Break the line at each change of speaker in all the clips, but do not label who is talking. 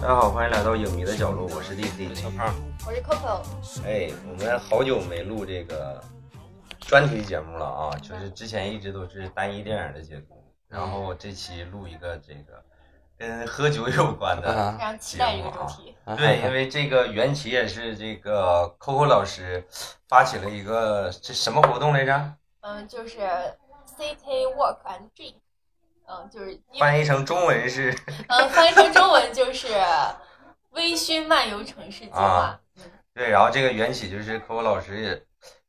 大家好，欢迎来到影迷的角落，我是 DC。
小胖，
我是 Coco，
哎，我们好久没录这个专题节目了啊，就是之前一直都是单一电影的解读，然后这期录一个这个跟喝酒有关的。
非常期待这个主题。
啊
对，因为这个缘起也是这个 Coco 老师发起了一个这什么活动来着？
嗯，就是 City Walk and Drink，嗯，就是英
翻译成中文是
嗯翻译成中文就是微醺漫游城市计划
啊。对，然后这个缘起就是科科老师也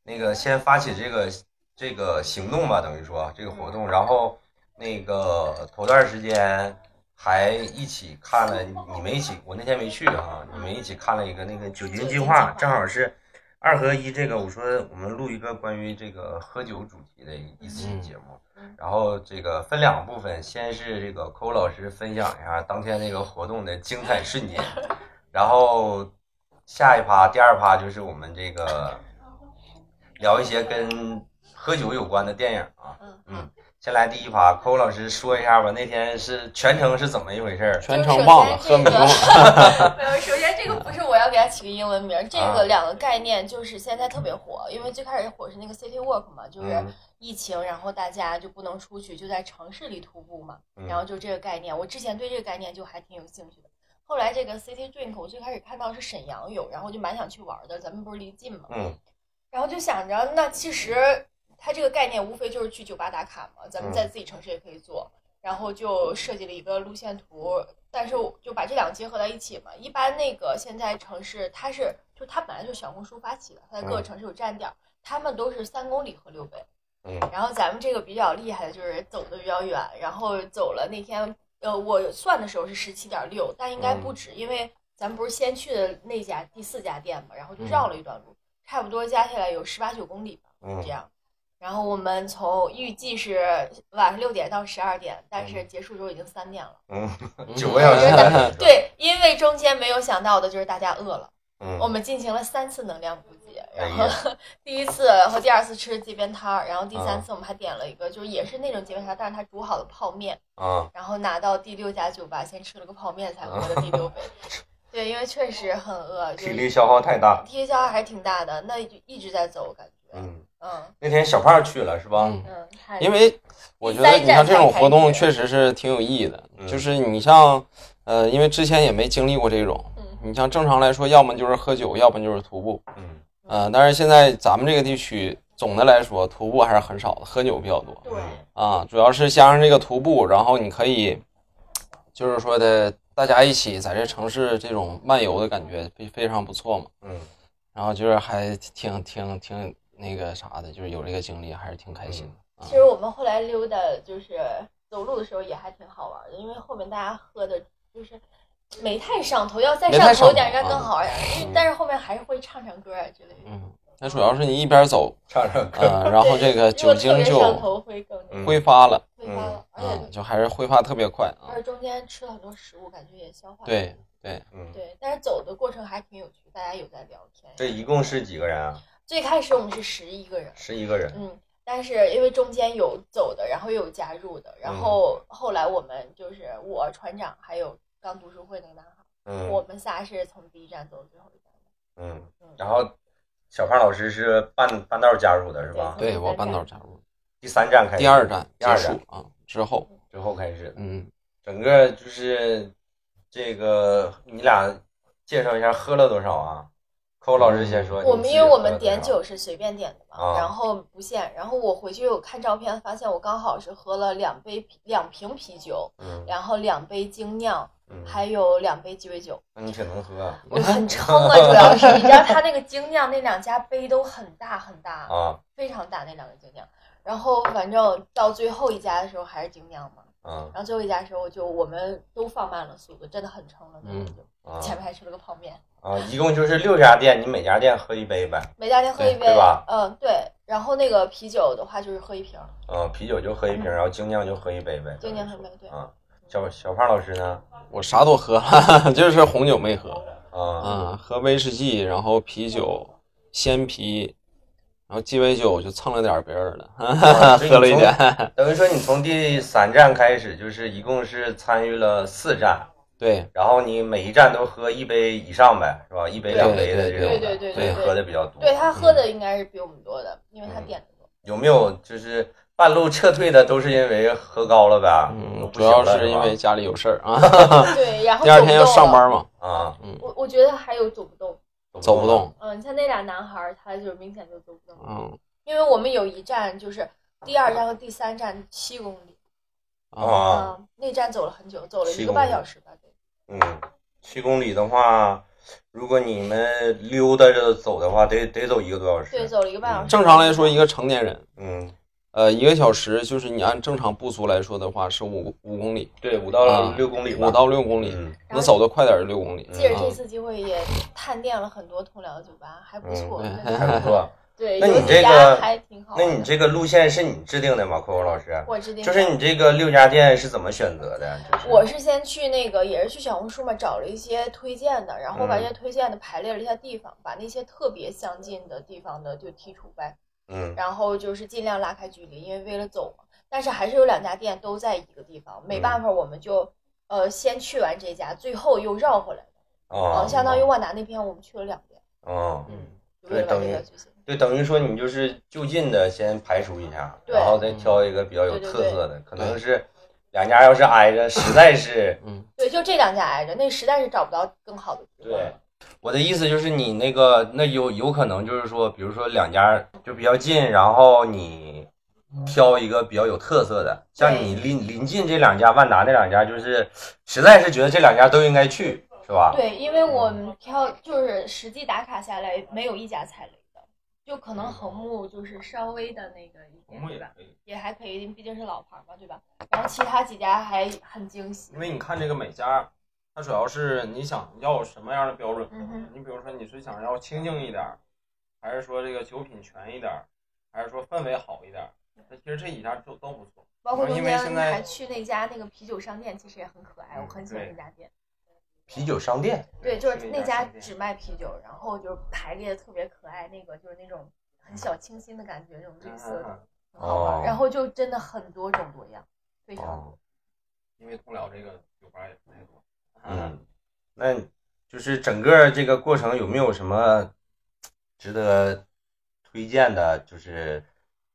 那个先发起这个这个行动吧，等于说啊这个活
嗯
动，然后那个头段时间还一起看了，你们一起，我那天没去啊，你们一起看了一个那个酒精计划，正好是二合一这个，我说我们录一个关于这个喝酒主题的一期节目
嗯，
然后这个分两部分，先是这个科科老师分享一下当天那个活动的精彩瞬 间，然后下一趴，第二趴就是我们这个聊一些跟喝酒有关的电影啊。
嗯，
嗯，先来第一趴，扣老师说一下吧，那天是全程是怎么一回事儿？
全程忘了，
就是
喝
首先
迷糊 了。
没有，首先这个不是我要给它起个英文名，这
啊
个两个概念就是现在特别火，因为最开始火是那个 City Walk 嘛，就是
嗯
疫情，然后大家就不能出去，就在城市里徒步嘛。然后
嗯
就这个概念，我之前对这个概念就还挺有兴趣的。后来这个 City Drink，我最开始看到是沈阳有，然后就蛮想去玩的。咱们不是离近嘛，
嗯，
然后就想着，那其实它这个概念无非就是去酒吧打卡嘛，咱们
嗯
在自己城市也可以做。然后就设计了一个路线图，但是我就把这两个结合在一起嘛。一般那个现在城市它是，就它本来就是小红书发起的，它在各个
嗯
城市有站点儿，他们都是三公里和六倍。
嗯
然后咱们这个比较厉害的就是走的比较远，然后走了那天，呃，我算的时候是十七点六，但应该不止，因为咱们不是先去的那家第四家店嘛，然后就绕了一段路，差不多加起来有十八九公里吧，
嗯
这样。然后我们从预计是晚上六点到十二点，但是结束的时候已经三点了。
嗯，九个小时
我觉
了，
对，因为中间没有想到的就是大家饿了，
嗯，
我们进行了三次能量补给，
哎
然后
呀，
第一次和第二次吃街边摊儿，然后第
嗯
三次我们还点了一个，就是也是那种街边摊儿，但是他煮好的泡面，
啊，
然后拿到第六家酒吧先吃了个泡面，才喝的第六杯。 对，因为确实很饿，就
嗯体
是
力消耗太大。
体力消耗还是挺大的，那就一直在走，我感觉，
嗯，
嗯
那天小胖去了是吧？
嗯，
嗯，还
因为我觉得你像这种活动确实是挺有意义的
嗯，
就是你像呃，因为之前也没经历过这种，
嗯
你像正常来说，要么就是喝酒，要么就是徒步，
嗯
呃，但是现在咱们这个地区总的来说徒步还是很少的，喝酒比较多
对，
啊，主要是加上这个徒步，然后你可以就是说的大家一起在这城市这种漫游的感觉非非常不错嘛。
嗯，
然后就是还挺挺挺那个啥的，就是有这个经历还是挺开心的。
其实我们后来溜达就是走路的时候也还挺好玩的，因为后面大家喝的就是。没太上头，要再
没太
上头
上
点儿
头
应该更
啊
好玩儿。因为但是后面还是会唱唱歌啊之类的。
嗯，那主要是你一边走，
唱唱歌，
呃，然后这个酒精
如果特别上
就
头会更
嗯
挥发了，
挥发了，而且
嗯，就还是挥发特别快啊
而。且中间吃了很多食物，感觉也消化。
对，
嗯，
对，但是走的过程还挺有趣，大家有在聊天。
这一共是几个人啊？
最开始我们是十一个人，
十一个人。
嗯，但是因为中间有走的，然后又有加入的，然
嗯
后后来我们就是我船长还有刚读书会那个男孩，
嗯
我们仨是从第一站走到最后一站的。
嗯，
嗯，
然后小胖老师是半半道加入的是吧？
对我半道加入，
第三站开始，
第二站
嗯第
结
二
束
站
啊之后，
之后开始的。
嗯，
整个就是这个，你俩介绍一下喝了多少啊？寇老师先说。
我
你
们
自己
因为我
喝了多
们
少
点，酒是随便点的嘛，
啊
然后不限。然后我回去有看照片，发现我刚好是喝了两杯啤两瓶啤酒，
嗯，
然后两杯精酿，
嗯
还有两杯鸡尾酒。
那你挺能喝啊
我很撑啊，主要是你知道他那个精酿那两家杯都很大很大，
啊
非常大那两个精酿。然后反正到最后一家的时候还是精酿嘛，
啊
然后最后一家的时候就我们都放慢了速度，真的很撑了，那个
嗯
就
啊
前面还吃了个泡面。
啊！一共就是六家店，你每家店喝一杯呗，
每家店喝一
对
杯，
对吧
嗯，对。然后那个啤酒的话就是喝一瓶儿，
嗯，啤酒就喝一瓶，然后精酿就喝一杯呗。
精酿喝一杯对
啊，小小胖老师呢？
我啥都喝了， 就是红酒没喝，
啊，
嗯，喝威士忌，然后啤酒、鲜啤，然后鸡尾酒就蹭了点别人的，
啊
喝了一点。
等于说你从第三站开始，就是一共是参与了四站，
对
然后你每一站都喝一杯以上呗，是吧？一杯两杯的这种的，
对对对对对
所以喝的比较多。
对他喝的应该是比我们多的，因为他
嗯
点的多。
有没有就是半路撤退的，都是因为喝高了呗？都
嗯，
不
主
行了
要是因为
吧
家里有事儿啊，
对，然后
第二天要
走不动了。
上班嘛，
啊
我我觉得还有走不动，
走不动。
嗯，你像那俩男孩儿，他就是明显就走不动，
嗯
因为我们有一站就是第二站和第三站七公里，
啊，
啊，
嗯，那站走了很久，走了
7
一个半
公里
小时吧，对，
嗯，七公里的话，如果你们溜达着走的话，得得走一个多小时。
对，走了一个半小时。
正常来说，一个成年人，
嗯，
呃，一个小时就是你按正常步速来说的话是五五公里，
对，五
啊
到六公里吧。
五到六公里，
嗯，
能走得快点儿就六公里。
借着
嗯
这次机会也探店了很多同僚的酒吧，还不错，
嗯
真的
还不 错。
对，
那
有
你这个
几家还挺好玩
那
的。
你这个路线是你制定的吗，扣扣老师？
我制定
就是你这个六家店是怎么选择的？就是
我是先去那个，也是去小红书嘛，找了一些推荐的，然后把
嗯
这些推荐的排列了一下地方，把那些特别相近的地方的就剔除呗，
嗯
然后就是尽量拉开距离，因为为了走嘛。但是还是有两家店都在一个地方，没
嗯
办法，我们就呃先去完这家，最后又绕回来，
哦
呃，，相当于万达那边我们去了两遍，
哦，
嗯，就
对
为了把
等
这
于
个最近。
对，等于说你就是就近的先排除一下，
对
然后再挑一个比较有
对对
特
对
色的，可能是两家要是挨着，实在是。
嗯，
对，就这两家挨着，那实在是找不到更好的地方
对
了。，
我的意思就是你那个那有有可能就是说，比如说两家就比较近，然后你挑一个比较有特色的，像你临临近这两家万达那两家，就是实在是觉得这两家都应该去，是吧？
对，因为我们挑就是实际打卡下来，没有一家踩雷的，就可
嗯
能横木就是稍微的那个一点，对吧？也还可以，毕竟是老牌嘛，对吧？然后其他几家还很惊喜
因。为你看这个每家，它主要是你想要什么样的标准。
嗯哼
你比如说，你是想要清静一点儿，还是说这个酒品全一点儿，还是说氛围好一点儿？那其实这几家都都不错。
包括中
因为
间
现在嗯
还去那家那个啤酒商店，其实也很可爱，我很喜欢那家店。
啤酒商店，
对，就是那家
商店
只卖啤酒，然后就是排列特别可爱，那个就是那种很小清新的感觉，那种
嗯
绿色的，很好玩
哦
儿。然后就真的很多种多样，非常多。
哦，
因为通辽这个酒吧也不太多。
嗯，，那就是整个这个过程有没有什么值得推荐的？就是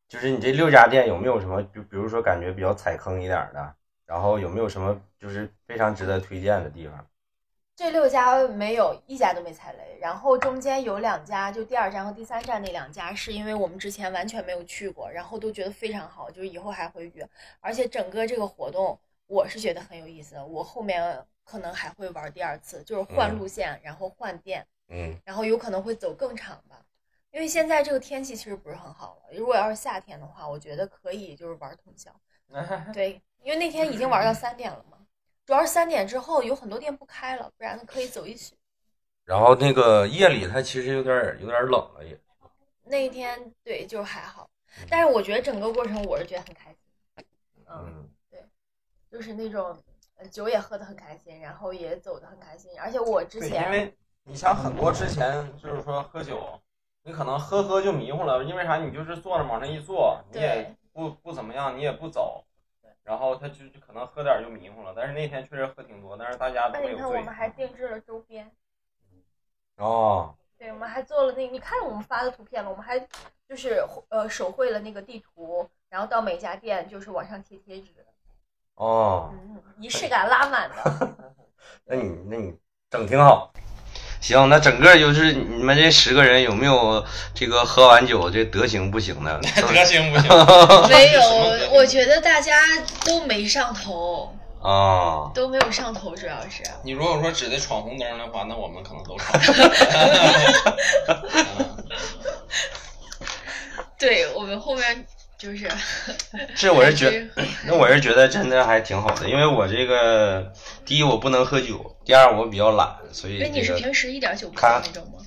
就是你这六家店有没有什么，就比如说感觉比较踩坑一点儿的，然后有没有什么就是非常值得推荐的地方？
这六家没有一家都没踩雷，然后中间有两家，就第二站和第三站那两家，是因为我们之前完全没有去过，然后都觉得非常好，就是以后还会约，而且整个这个活动我是觉得很有意思的，我后面可能还会玩第二次，就是换
嗯
路线，然后换店，
嗯
然后有可能会走更长吧，因为现在这个天气其实不是很好了，如果要是夏天的话，我觉得可以就是玩通 宵，对，因为那天已经玩到三点了嘛，主要是三点之后有很多店不开了，不然可以走一宿。
然后那个夜里它其实有点儿有点儿冷了也，
那一天对就还好，
嗯
但是我觉得整个过程我是觉得很开心，嗯，
嗯
就是那种呃酒也喝得很开心，然后也走得很开心，而且我之
对，因
前
为你像很多之前就是说喝酒，你可能喝喝就迷糊了，因为啥？你就是坐着往那一坐，你也
对
不不怎么样，你也不走，然后他就就可能喝点儿就迷糊了。但是那天确实喝挺多，但是大家都
那
没
你
有
看
醉
我。们还定制了周边，
哦
对，我们还做了那你看我们发的图片了，我们还就是呃手绘了那个地图，然后到每家店就是往上贴贴纸，
哦，
嗯，仪式感拉 满的。
那你那你整挺好。行，那整个就是你们这十个人有没有这个喝完酒这德行不行的？ 都是
德行不行？
没有，我觉得大家都没上头，
啊，
都没有上头，主要是。
你如果说指的闯红灯的话，那我们可能都闯。
对我们后面就是，哎
这我是觉 那我是觉得真的还挺好的，因为我这个第一我不能喝酒，第二我比较懒，所以
因为你
这
是
个
平时一点酒不喝那种吗？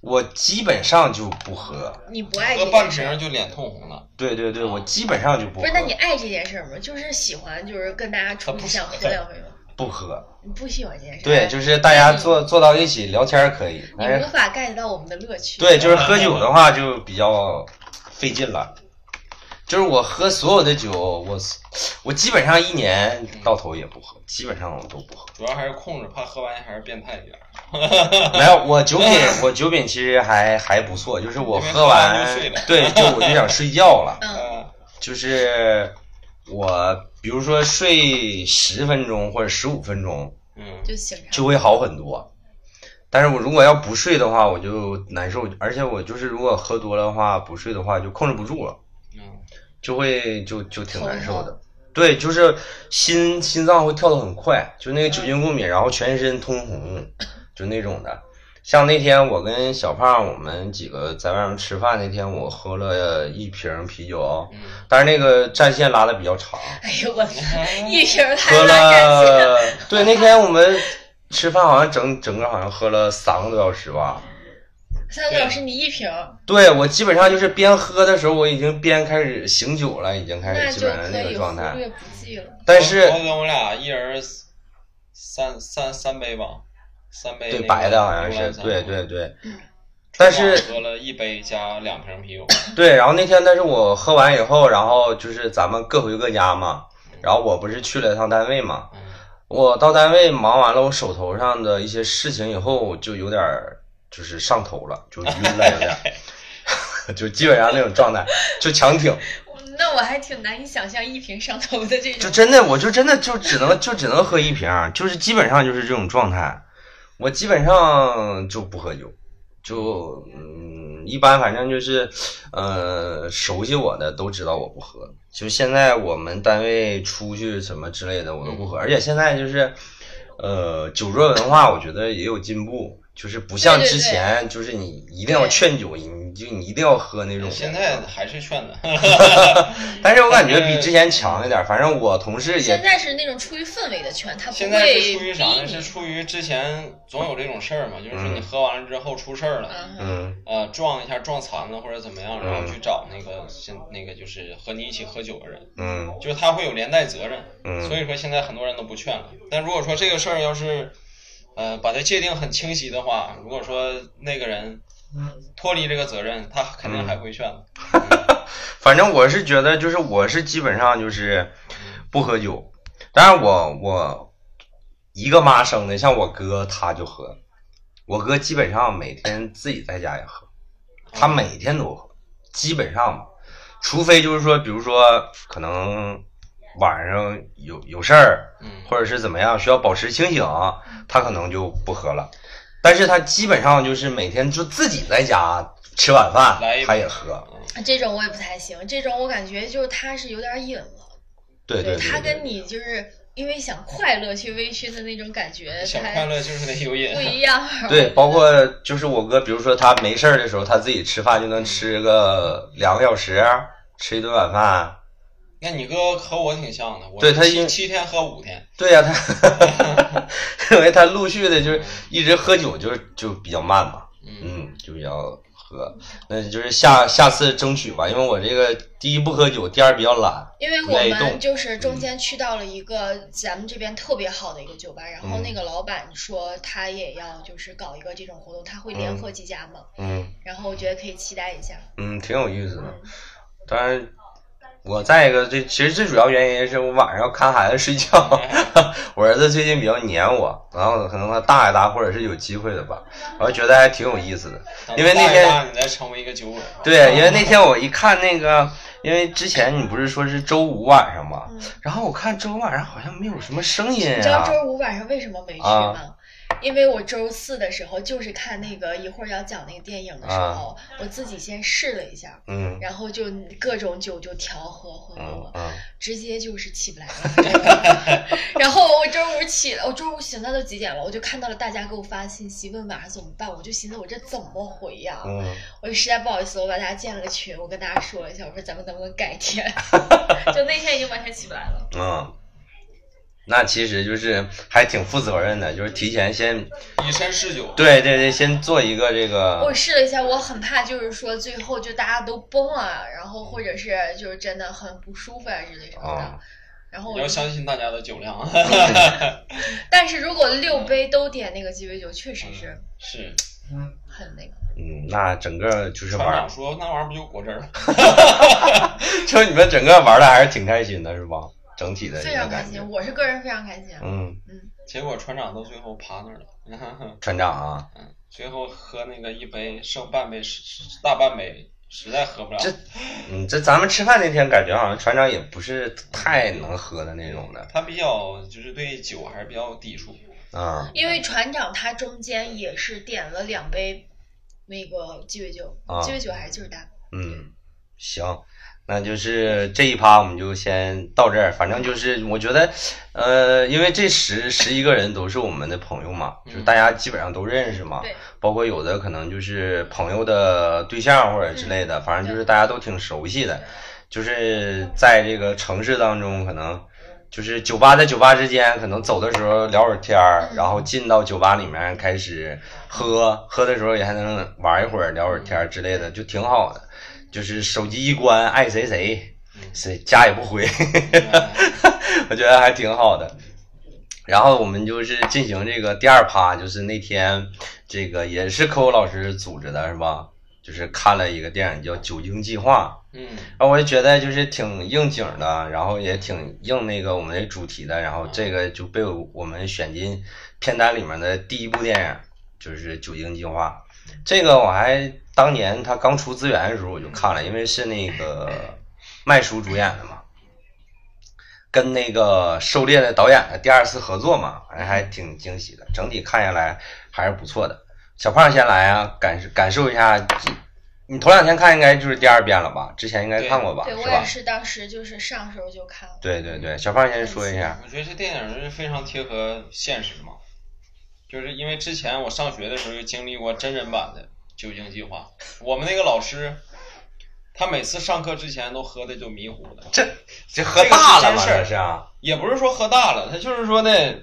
我基本上就不喝。
你不爱这
喝
件
半
事
瓶
儿
就脸通红了，
对对对，我基本上就不
哦不
喝
是？，那你爱这件事儿吗？就是喜欢，就是跟大家出去想喝两杯吗？
不喝。
你不喜欢这件事儿？
对，就是大家坐坐到一起聊天儿可以，
你
但是
无法 get 到我们的乐趣。
对，就是喝酒的话就比较费劲了。就是我喝所有的酒，我我基本上一年到头也不喝，基本上我都不喝。
主要还是控制，怕喝完还是变态一点。
没有，我酒品我酒品其实还还不错，就是我喝完
因为喝完就睡了
对，就我就想睡觉了。
嗯、
就是我比如说睡十分钟或者十五分钟
嗯，
就醒
就
着。
会好很多，但是我如果要不睡的话，我就难受，而且我就是如果喝多了的话，不睡的话就控制不住了。
嗯，
就会就就挺难受
头
的。对，就是心心脏会跳得很快，就那个酒
嗯
精过敏，然后全身通红，就那种的。像那天我跟小胖我们几个在外面吃饭，那天我喝了一瓶啤酒啊，
嗯
但是那个战线拉的比较长，
哎呦我，
嗯
一瓶儿还
喝
拉感情。
了对那天我们吃饭好像整整个好像喝了三个多小时吧。
三个小时你一瓶儿，
对我基本上就是边喝的时候，我已经边开始醒酒了，已经开
那
哎始基
就
本上
可
那个
以
状
忽
态。
略不计了。
但是
我我跟我俩一人三三三杯吧，三杯
对
那个
白的好像
乌兰
是，
散
对对对
嗯，
但是
喝了一杯加两瓶 啤酒，
对，然后那天但是我喝完以后，然后就是咱们各回各家嘛，然后我不是去了趟单位嘛，
嗯
我到单位忙完了我手头上的一些事情以后，我就有点儿就是上头了，就晕了有点 儿，就基本上那种状态，就强挺，
那我还挺难以想象一瓶上头的这种。
就真的我就真的就只能就只能喝一瓶儿，就是基本上就是这种状态，我基本上就不喝酒。就嗯，一般反正就是，呃，熟悉我的都知道我不喝。就现在我们单位出去什么之类的我都不喝，而且现在就是，呃，酒桌文化我觉得也有进步，就是不像
对对
之前，就是你一定要
对
劝酒，你就你一定要喝那种。
现在还是劝的，
但是我感觉比之前强一点，反正我同事
现
也
在是那种出于氛围的劝，他不
现在
会
是
逼
出于啥呢？是
你。
出于之前总有这种事儿嘛，就是说
嗯
你喝完了之后出事儿了，
嗯
嗯
呃，撞一下撞残了或者怎么样，然后
嗯
去找那个现那个就是和你一起喝酒的人，
嗯
就是他会有连带责任，
嗯，
所以说现在很多人都不劝了。但如果说这个事儿要是，呃，把它界定很清晰的话，如果说那个人脱离这个责任，他肯定还会劝的。
反正我是觉得，就是我是基本上就是不喝酒，但是我我一个妈生的，像我哥他就喝，我哥基本上每天自己在家也喝，他每天都喝，基本上吧，除非就是说，比如说可能晚上有有事儿，
嗯，
或者是怎么样，需要保持清醒，他可能就不喝了，但是他基本上就是每天就自己在家吃晚饭
来一，
他
杯
也喝，
嗯这种我也不太行，这种我感觉就是他是有点瘾了，
对对，
他
对
跟你就是因为想快乐去微醺的那种感觉，
想
他
快乐就是得有瘾
不。一样。
对，包括就是我哥，比如说他没事儿的时候，他自己吃饭就能吃个两个小时，啊吃一顿晚饭。
那你哥和我挺像的，我
对他因
七
为
七天喝五天，
对呀、他因为他陆续的就是一直喝酒就，就比较慢嘛，
嗯，
嗯，就比较喝。那就是下下次争取吧，因为我这个第一不喝酒，第二比较懒。
因为我
雷动嗯
们就是中间去到了一个咱们这边特别好的一个酒吧，然后
嗯
那个老板说他也要就是搞一个这种活动，他会联合几家嘛，
嗯
然后我觉得可以期待一下。
嗯，挺有意思的。当然，我再一个，这其实最主要原因是我晚上要看孩子睡觉。 我儿子最近比较黏我，然后可能他大一大，或者是有机会的吧，我就觉得还挺有意思的。因为那
大一
天
大你再成为一个酒鬼，
对，因为那天我一看那个，因为之前你不是说是周五晚上嘛，
嗯，
然后我看周五晚上好像没有什么声音
你知道
啊。
周五晚上为什么没去吗？因为我周四的时候就是看那个一会儿要讲那个电影的时
啊
候，我自己先试了一下，
嗯
然后就各种酒就调和喝喝喝
嗯，嗯，
直接就是起不来了。 然后我周五起了，我周五醒到都几点了？我就看到了大家给我发信息问晚上怎么办，我就寻思我这怎么回呀、
嗯，
我就实在不好意思，我把大家建了个群，我跟大家说了一下，我说咱们能不能改天？就那天已经完全起不来了。
嗯，那其实就是还挺负责任的，就是提前先，
以身试酒。
对对对，先做一个这
我
个，
试了一下，我很怕就是说最后就大家都崩了，然后或者是就是真的很不舒服啊之类什么的。
哦
然后
你
我
要相信大家的酒量，
但是如果六杯都点那个鸡尾酒，确实是
是
很那个。
嗯，那整个就是玩
船
儿
长，说那玩意儿不就果汁儿吗？
就你们整个玩的还是挺开心的，是吧？整体的一
非
个
常开
感觉
心，。我是个人非常开心。啊
嗯，
结果船长到最后趴那儿了，
船长啊，
嗯，最后喝那个一杯剩半杯是大半杯，实在喝不了。
这嗯，这咱们吃饭那天感觉好像船长也不是太能喝的那种的
他比较就是对酒还是比较 抵触，
啊
因为船长他中间也是点了两杯那个鸡尾酒，
啊
鸡尾酒还是就是大杯。
嗯，行，那就是这一趴我们就先到这儿。反正就是我觉得，呃，因为这十十一个人都是我们的朋友嘛，就是大家基本上都认识嘛，
对
包括有的可能就是朋友的对象或者之类的，反正就是大家都挺熟悉的。就是在这个城市当中，可能就是酒吧在酒吧之间，可能走的时候聊会儿天儿，
嗯
然后进到酒吧里面开始喝，喝的时候也还能玩一会儿、聊会儿天儿之类的，就挺好的。就是手机一关，爱谁谁，谁家也不回， 我觉得还挺好的。然后我们就是进行这个第二趴，就是那天这个也是科科老师组织的，是吧？就是看了一个电影叫《酒精计划》，
嗯，
然后我就觉得就是挺应景的，然后也挺应那个我们的主题的，然后这个就被我们选进片单里面的第一部电影，就是《酒精计划》。这个我还当年他刚出资源的时候我就看了，因为是那个麦叔主演的嘛，跟那个《狩猎》的导演的第二次合作嘛，反正还挺惊喜的。整体看下来还是不错的。小胖先来啊，感感受一下。你头两天看应该就是第二遍了吧？之前应该看过吧？
对
是
我
吧
也？是当时就是上时候就看了，
对对对，小胖先说一下。
嗯
我觉得这电影是非常贴合现实嘛，就是因为之前我上学的时候就经历过真人版的《酒精计划》，我们那个老师，他每次上课之前都喝的就迷糊了，
这这喝大了吗？
这个是真事儿
这是啊？
也不是说喝大了，他就是说呢，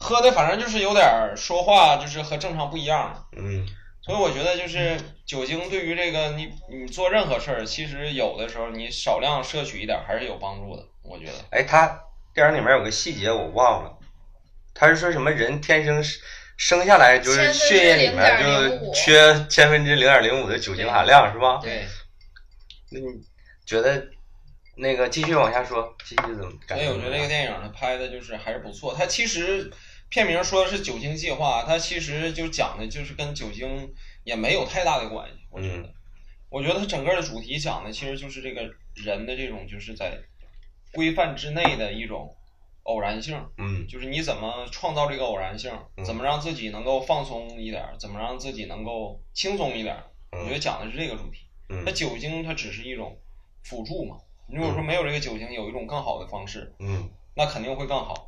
喝的反正就是有点儿说话就是和正常不一样了。
嗯
所以我觉得就是酒精对于这个你你做任何事儿，其实有的时候你少量摄取一点儿还是有帮助的。我觉得
哎，他电影里面有个细节我忘了，他是说什么人天生是生下来就是血液里面就缺千分之零点零五的酒精含量是吧？
对，
那你觉得那个继续往下说，继续怎么感
所以哎我觉得这个电影它拍的就是还是不错。它其实片名说的是酒精计划，它其实就讲的就是跟酒精也没有太大的关系。我觉得，
嗯
我觉得它整个的主题讲的其实就是这个人的这种就是在规范之内的一种偶然性。
嗯
就是你怎么创造这个偶然性
嗯，
怎么让自己能够放松一点儿，怎么让自己能够轻松一点儿。我觉得
嗯
讲的是这个主题。那
嗯
酒精它只是一种辅助嘛，如果说没有这个酒精，有一种更好的方式，
嗯
那肯定会更好。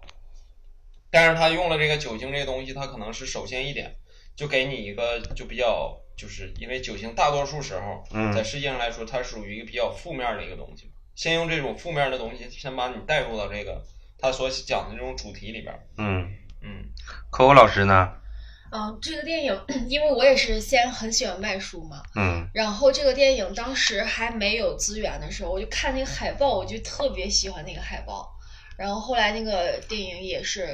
但是他用了这个酒精这个东西，它可能是首先一点，就给你一个就比较，就是因为酒精大多数时候在
嗯
世界上来说，它属于一个比较负面的一个东西。先用这种负面的东西，先把你带入到这个他所讲的这种主题里边儿。
嗯，
嗯，
可可老师呢？
嗯，这个电影因为我也是先很喜欢麦叔嘛，
嗯
然后这个电影当时还没有资源的时候，我就看那个海报，我就特别喜欢那个海报。然后后来那个电影也是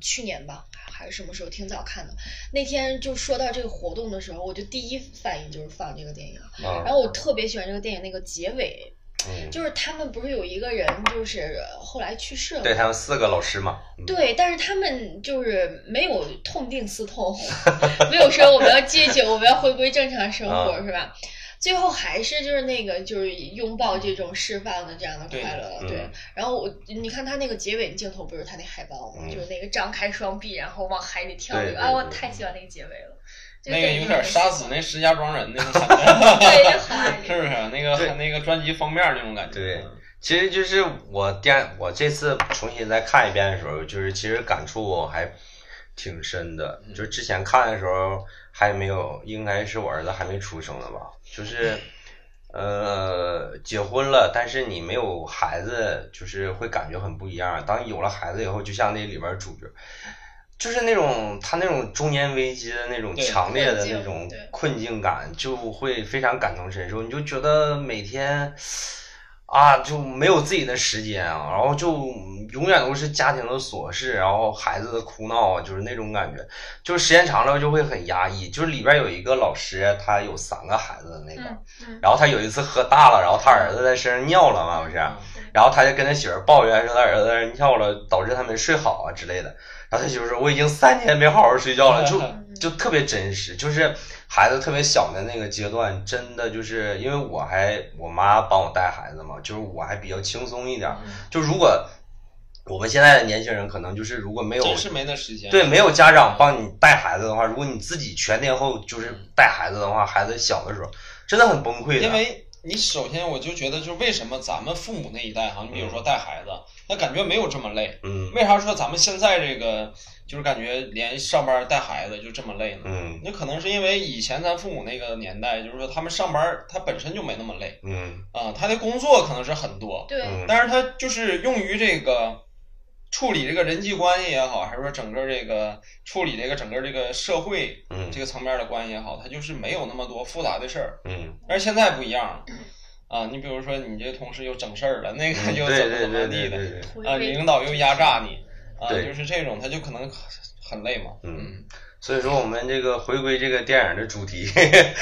去年吧，还是什么时候挺早看的。那天就说到这个活动的时候，我就第一反应就是放这个电影。
啊
然后我特别喜欢这个电影那个结尾，
嗯，
就是他们不是有一个人就是后来去世了吗，
对他们四个老师嘛。嗯
对，但是他们就是没有痛定思痛， 没有说我们要戒酒，我们要回归正常生活，
啊
是吧？最后还是就是那个就是拥抱这种释放的这样的
对
快乐，
嗯
对。然后我你看他那个结尾镜头，不是他那海报吗？
嗯
就是那个张开双臂，然后往海里跳
对
那
对
个，啊，我
对
太喜欢那个结尾了。这
那个
电影
有
就
点
很
杀
喜
死
欢
那石家庄人那种感觉，
对，就很 爱
是
这
不
个
是？那个
对
那个专辑封面那种感觉。
对其实就是我第二，我这次重新再看一遍的时候，就是其实感触还挺深的。
嗯
就是之前看的时候还没有，应该是我儿子还没出生呢吧？就是呃，结婚了，但是你没有孩子，就是会感觉很不一样。啊当有了孩子以后，就像那里边主角。就是那种他那种中年危机的那种
对
强烈的
困境
那种
对
困境感，就会非常感同身受。你就觉得每天啊，就没有自己的时间，啊然后就永远都是家庭的琐事，然后孩子的哭闹，啊就是那种感觉，就是时间长了就会很压抑。就是里边有一个老师，他有三个孩子的那个，
嗯嗯
然后他有一次喝大了，然后他儿子在身上尿了嘛，不是，然后他就跟他媳妇儿抱怨说他哎儿子在那儿尿了，导致他没睡好啊之类的。然后他媳妇儿说我已经三天没好好睡觉了，就
嗯
就特别真实，就是孩子特别小的那个阶段，真的就是因为我还我妈帮我带孩子嘛，就是我还比较轻松一点儿。
嗯
就如果我们现在的年轻人可能就是如果没有
真是没那时间。
对，没有家长帮你带孩子的话，如果你自己全天候就是带孩子的话，孩子小的时候真的很崩溃的。
因为你首先我就觉得，就是为什么咱们父母那一代哈，你比如说带孩子，那感觉没有这么累。
嗯
为啥说咱们现在这个就是感觉连上班带孩子就这么累呢？
嗯
那可能是因为以前咱父母那个年代，就是说他们上班他本身就没那么累
嗯
啊、他的工作可能是很多，
对，
嗯
但是他就是用于这个处理这个人际关系也好，还是说整个这个处理这个整个这个社会
嗯
这个层面的关系也好，他就是没有那么多复杂的事儿。
嗯
但是现在不一样了，啊，你比如说你这同事又整事儿了，那个
嗯，
又
对
怎么
对
怎么
对
地
对
的，
对对。
回
啊，
归
领导又压榨你，啊，
对
就是这种，他就可能很很累嘛，
嗯
嗯，
所以说，我们这个回归这个电影的主题，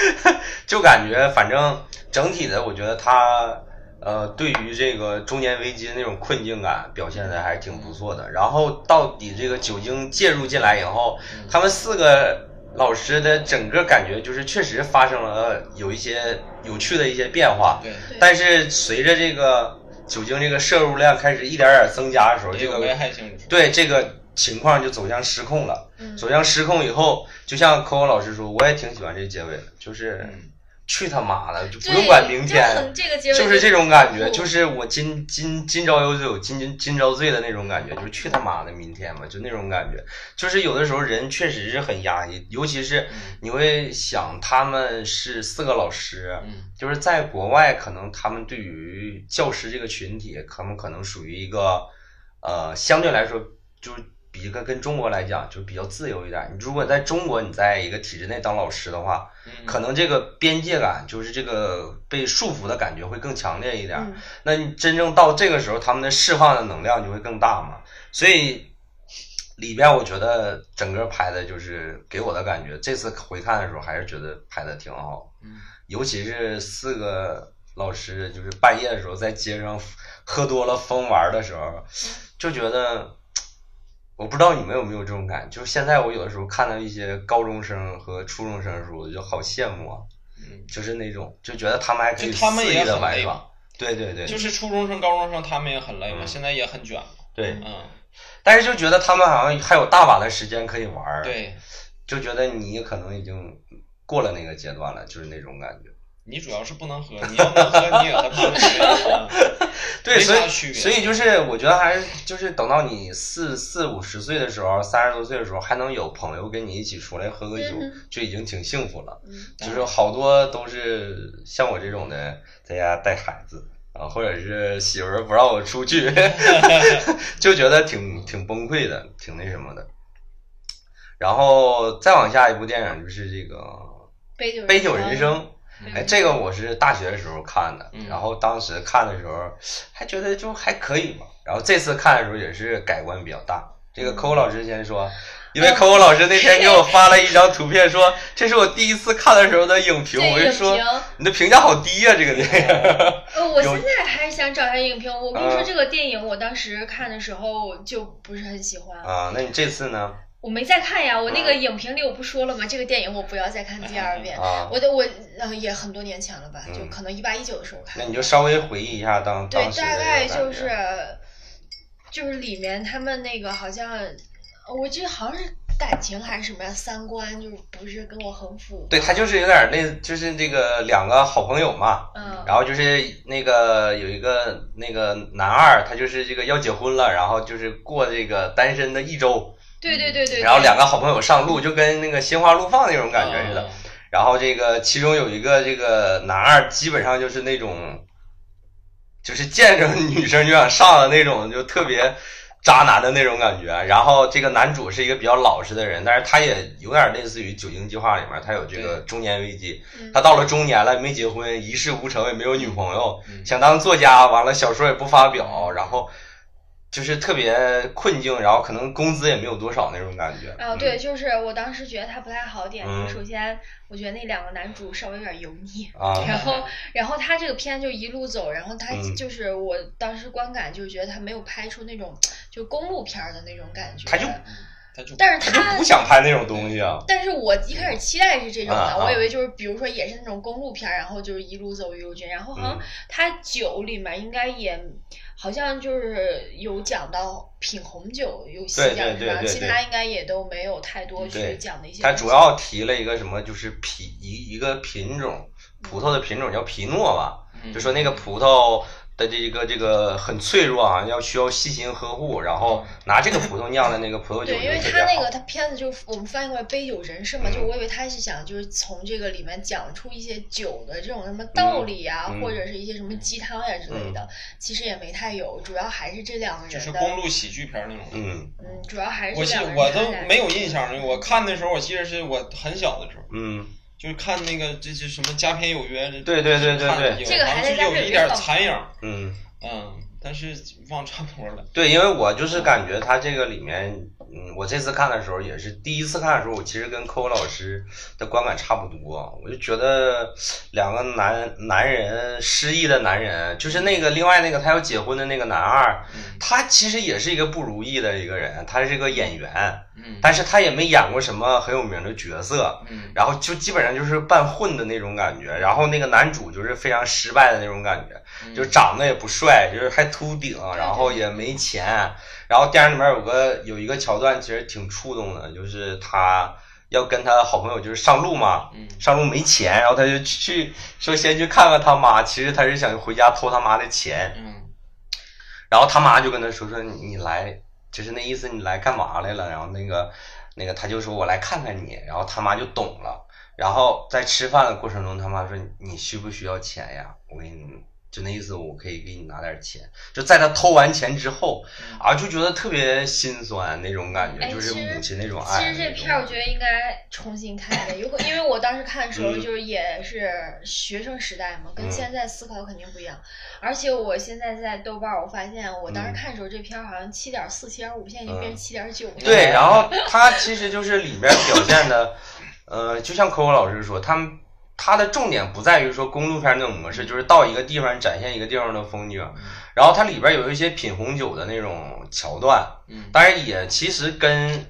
就感觉反正整体的，我觉得他呃对于这个中年危机的那种困境感表现的还是挺不错的。然后到底这个酒精介入进来以后，
嗯
他们四个老师的整个感觉就是确实发生了有一些有趣的一些变化，
对，
对
但是随着这个酒精这个摄入量开始一点点增加的时候，
也
这
有
个
危害性质，
对这个情况就走向失控了。
嗯
走向失控以后，就像科文老师说，我也挺喜欢这结尾的，就是
嗯
去他妈的，就不
对
用管明
就
天
很，这个结嗯尾
就是这种感觉，
很
就是我今今今朝有酒今今今朝醉的那种感觉，就是去他妈的明天嘛，就那种感觉。就是有的时候人确实是很压抑，尤其是
嗯
你会想他们是四个老师，
嗯，
就是在国外，可能他们对于教师这个群体，他们可能属于一个，呃，相对来说就是比一个跟中国来讲就比较自由一点。你如果在中国，你在一个体制内当老师的话，
嗯
可能这个边界感，就是这个被束缚的感觉会更强烈一点。
嗯
那你真正到这个时候，他们的释放的能量就会更大嘛。所以里边我觉得整个拍的就是给我的感觉，这次回看的时候还是觉得拍的挺好，
嗯
尤其是四个老师，就是半夜的时候在街上喝多了疯玩的时候，就觉得。我不知道你们有没有这种感觉，就是现在我有的时候看到一些高中生和初中生的时候，我就好羡慕啊，
嗯，
就是那种就觉得他们还可以
就他们
肆
也
意的
很
玩
累
耍
嘛，
对对对，
就是初中生、高中生他们也很累嘛，
嗯
现在也很卷嘛，
对，
嗯，
但是就觉得他们好像还有大把的时间可以玩儿，，
对
就觉得你可能已经过了那个阶段了，就是那种感觉。
你主要是不能喝，你要能喝你也和他们一 样，嗯
对，
没
所
啥
以
区别
所以就是我觉得还是就是等到你四四五十岁的时候，三十多岁的时候，还能有朋友跟你一起出来喝个酒，
嗯
就已经挺幸福了。
嗯
就是好多都是像我这种的，在家带孩子。啊，或者是媳妇儿不让我出 去， 就觉得挺挺崩溃的，挺那什么的。然后再往下一部电影就是这个
杯酒
《杯酒人生》，
嗯
哎，这个我是大学的时候看的，
嗯
然后当时看的时候还觉得就还可以吧，然后这次看的时候也是改观比较大。这
嗯
个扣扣老师先说，因
哦
为扣扣老师那天 给我发了一张图片说，这是我第一次看的时候的影评，
这
我就
影
说
评，
你的评价好低呀、这个电影。
呃，我
有
现在还想找一下影评。我跟你说，
啊
这个电影我当时看的时候就不是很喜 欢，
啊，那你这次呢？
我没再看呀。我那个
嗯
影评里我不说了吗？这个电影我不要再看第二遍。
啊，
我的我呃也很多年前了吧，就
嗯
可能一八一九的时候看
那。你就稍微回忆一下当
对
当，时的
大
这个
概
感
就
觉
是就是里面他们那个好像，我记得好像是感情还是什么呀，三观就是不是跟我很符。
对他就是有点类，就是这个两个好朋友嘛，
嗯，
然后就是那个有一个那个男二，他就是这个要结婚了，然后就是过这个单身的一周，
对对对对。
然后
对
两个好朋友上路，就跟那个心花怒放那种感觉似的
嗯。
然后这个其中有一个这个男二，基本上就是那种，就是见着女生就想上的那种，就特别渣男的那种感觉。然后这个男主是一个比较老实的人，但是他也有点类似于《酒精计划》里面，他有这个中年危机。
嗯
他到了中年了，没结婚，一事无成，也没有女朋友，
嗯
想当作家，完了小说也不发表，然后就是特别困境，然后可能工资也没有多少那种感觉。
啊，对，就是我当时觉得他不太好的点，
嗯
首先我觉得那两个男主稍微有点油腻，
啊，
然后 然后他这个片就一路走，然后他
嗯
就是我当时观感就是觉得他没有拍出那种就公路片儿的那种感觉，
他就
他就
但是
他就不想拍那种东西啊。
但是我一开始期待是这种的，
啊啊
我以为就是比如说也是那种公路片儿，然后就是一路走一路追，然后好像
嗯
他酒里面应该也好像就是有讲到品红酒有细
对
讲
对
是吧？
对对
其
对
他应该也都没有太多去
对
讲的一些东
他
西。
主要提了一个什么，就是皮一一个品种，葡萄的品种叫皮诺吧，
嗯
就说那个葡萄的这个这个很脆弱啊，要需要细心呵护，然后拿这个葡萄酿的那个葡萄酒
对，因为
就特别
他那个
好。
他片子就是我们翻译过来“杯酒人生”嘛，
嗯
就我以为他是想就是从这个里面讲出一些酒的这种什么道理呀、
嗯嗯嗯
或者是一些什么鸡汤呀之类的，其实也没太有，主要还是这两个
就是
人的，
公路喜剧片儿那种。
嗯
嗯，主要还是
我
这
记
两个人
我
他
都
俩
没有印象了，我看的时候我记得是我很小的时候，
嗯，
就是看那个这这什么《佳片有约》这
对对对对
看
对
有
这个还
好
在
像是
家
有
里
一
面
点
放
残影儿，
嗯，
嗯，但是忘差不多了。
对，因为我就是感觉他这个里面，嗯，我这次看的时候也是第一次看的时候，我其实跟寇老师的观感差不多，我就觉得两个男男人失忆的男人，就是那个另外那个他要结婚的那个男二，
嗯
他其实也是一个不如意的一个人，他是个演员，
嗯
但是他也没演过什么很有名的角色，
嗯
然后就基本上就是半混的那种感觉，然后那个男主就是非常失败的那种感觉，
嗯
就是长得也不帅，就是还秃顶，然后也没钱，然后电影里面有个有一个桥段其实挺触动的，就是他要跟他好朋友就是上路嘛，
嗯
上路没钱，然后他就去说先去看看他妈，其实他是想回家偷他妈的钱，
嗯
然后他妈就跟他说说你你来，就是那意思你来干嘛来了？然后那个那个他就说我来看看你，然后他妈就懂了。然后在吃饭的过程中，他妈说你需不需要钱呀？我给你就那意思，我可以给你拿点钱。就在他偷完钱之后
嗯
啊，就觉得特别心酸那种感觉，
哎
就是
其实
母亲那种
其
爱。
实这片儿我觉得应该重新看的，如果因为我当时看的时候
嗯
就是也是学生时代嘛，跟
嗯
现在思考肯定不一样。而且我现在在豆瓣儿，我发现我当时
嗯
看的时候这片儿好像七点四、七点五，现在已经变成七点 九了。
对，然后他其实就是里面表现的，呃，就像可口老师说，他们他的重点不在于说公路片那种模式，就是到一个地方展现一个地方的风景，
嗯
然后它里边有一些品红酒的那种桥段，
嗯
当然也其实跟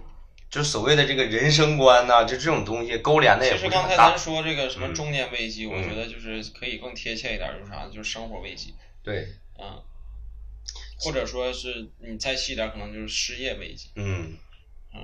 就所谓的这个人生观呐、就这种东西勾连的也
嗯
不
其实
是
刚才
很
咱
大。
说这个什么
嗯
中年危机，我
嗯
觉得就是可以更贴切一点，就是啥，就是生活危机，
对，
嗯，或者说是你再细一点，可能就是失业危机。
嗯
嗯，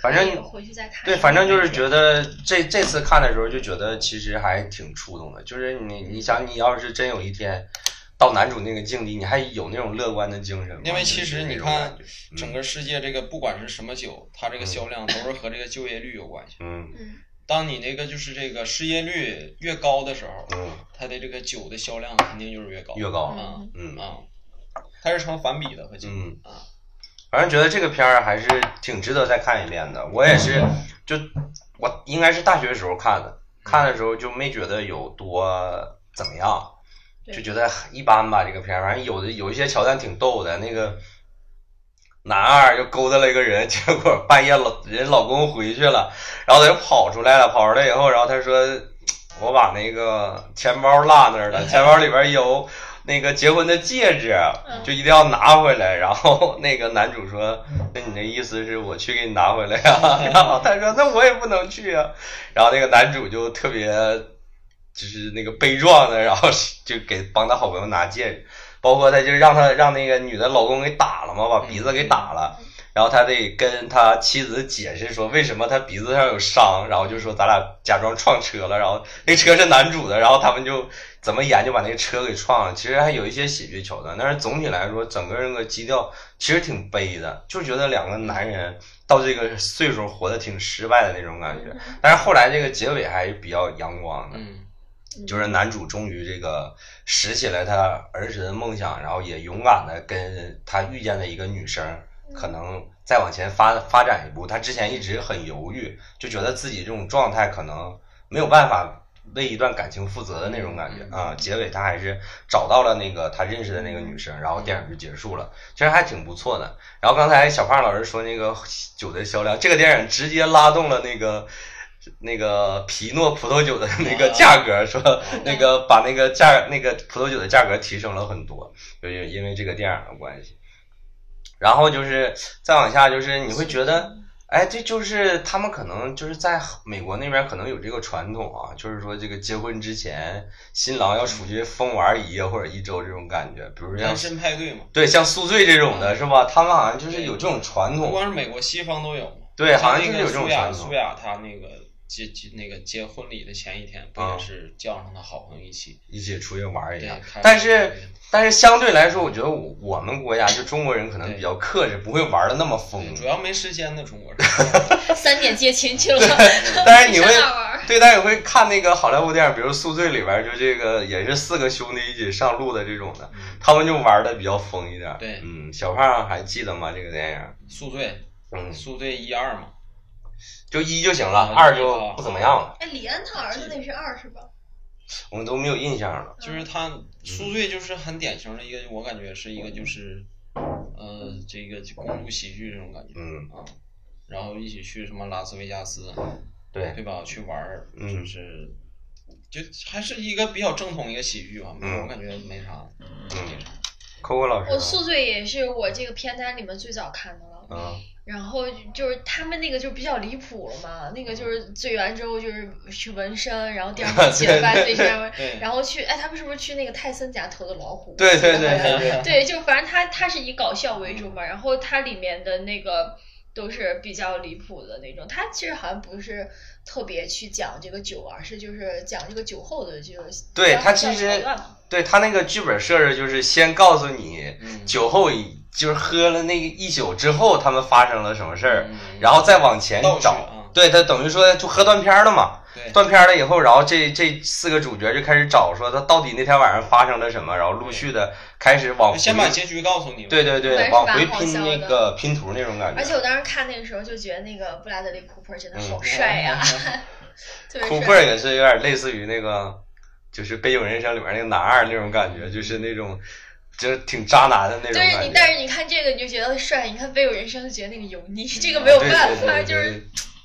反
可以
正
回去再看。
对，反正就是觉得这这次看的时候就觉得其实还挺触动的，就是你你想你要是真有一天到男主那个境地，你还有那种乐观的精神吗？
因为其实你看
就是那种感觉，
整个世界这个不管是什么酒，它这个
嗯
销量都是和这个就业率有关系。
嗯
嗯，
当你那个就是这个失业率越高的时候，
嗯
它的这个酒的销量肯定就是越高。
越高，
嗯
嗯
啊，它是成反比的和酒
嗯
啊，
反正觉得这个片儿还是挺值得再看一遍的。我也是，就我应该是大学时候看的，看的时候就没觉得有多怎么样，
对
就觉得一般吧。这个片儿，反正有的有一些桥段挺逗的，那个男二就勾搭了一个人，结果半夜老人老公回去了，然后他就跑出来了，跑出来以后，然后他说。我把那个钱包落那儿了，钱包里边有那个结婚的戒指，
嗯
就一定要拿回来。然后那个男主说：“那你的意思是我去给你拿回来呀、 然后他说：“那我也不能去啊。”然后那个男主就特别就是那个悲壮的，然后就给帮他好朋友拿戒指，包括他就是让他让那个女的老公给打了嘛，把鼻子给
嗯
打了。然后他得跟他妻子解释说为什么他鼻子上有伤，然后就说咱俩假装撞车了，然后那车是男主的，然后他们就怎么演就把那个车给撞了。其实还有一些喜剧桥段，但是总体来说，整个人的基调其实挺悲的，就觉得两个男人到这个岁数活得挺失败的那
嗯
种感觉。但是后来这个结尾还是比较阳光的，
嗯
就是男主终于这个拾起了他儿时的梦想，然后也勇敢的跟他遇见的一个女生
嗯
可能再往前发发展一步。他之前一直很犹豫，就觉得自己这种状态可能没有办法为一段感情负责的那种感觉
嗯
啊、结尾他还是找到了那个他认识的那个女生，然后电影就结束了，其实还挺不错的。然后刚才小胖老师说那个酒的销量，这个电影直接拉动了那个。那个皮诺葡萄酒的那个价格，说那
嗯
个把那个价那个葡萄酒的价格提升了很多，就是因为这个电影的关系。然后就是再往下，就是你会觉得，哎，这就是他们可能就是在美国那边可能有这个传统啊，就是说这个结婚之前，新郎要出去疯玩一夜或者一周这种感觉，比如像
单身派对嘛，
对像宿醉这种
嗯
的是吧？他们好像就是有这种传
不
统
光，是美国，西方都有嘛。
嗯对，好
像
像就是
那
有
个
这种
苏
传
雅，
统
苏。雅她那个结结那个结婚礼的前一天，不
嗯
也是叫上她好朋友一起？
一起出去玩一下
对开。
但是，但是相对来说，我觉得我我们国家就中国人可能
对
比较克制，不会玩的那么疯。
主要没时间的中国人。
三点接亲去了，
但是你会
上哪玩儿？
对，但是你会看那个好莱坞电影，比如《宿醉》里边，就这个也是四个兄弟一起上路的这种的，
嗯
他们就玩的比较疯一点。
对
嗯，小胖还记得吗？这个电影？
宿醉，
嗯，
宿醉一二嘛，
就一就行了，
嗯
二就不怎么样了，
哎，李安他儿子那是二是吧？
我们都没有印象了。
就是他
嗯
宿醉就是很典型的一个，我感觉是一个就是，呃，这个公路喜剧这种感觉
嗯，
啊。然后一起去什么拉斯维加斯，
对，
对吧？去玩儿，
嗯
就是就还是一个比较正统一个喜剧吧，
嗯
我感觉没啥。
嗯，Coco 老师
我
呢，
宿醉也是我这个片单里面最早看的了。
嗯
然后就是他们那个就比较离谱了嘛，那个就是醉完之后就是去纹身，然后第二天 起来发现自己身上纹
对
然后去哎，他们是不是去那个泰森家投的老虎？
对对对对对，
对，就反正他他是以搞笑为主嘛，然后它里面的那个都是比较离谱的那种。他其实好像不是特别去讲这个酒，而是就是讲这个酒后的这个
对
搞
他
笑
其实
桥段嘛
对他那个剧本设置就是先告诉你
嗯
酒后一就是喝了那个一宿之后他们发生了什么事儿，
嗯
然后再往前
倒叙
找
啊，哎
对他等于说就喝断片儿了嘛。
对，
断片儿了以后，然后这这四个主角就开始找说他到底那天晚上发生了什么，然后陆续的开始往
就
回
先把结局告诉你。
对，对
本
对
来
往
是
回
蛮好
拼
笑
那
的
个拼图那种感
而且我
觉。
当时看那个时候就觉得那个布拉德利·库珀真的
嗯
好帅 呀、 特别
库珀
帅。
也是有点类似于那个，就是《杯酒人生》里面那个男二那种感觉，就是那种就是挺渣男的那种
对
感
你
觉，。
但是你看这个你就觉得帅，你看《飞有人生》就觉得那个油腻，
嗯
这个没有
对
办
对
法，
对
就是
对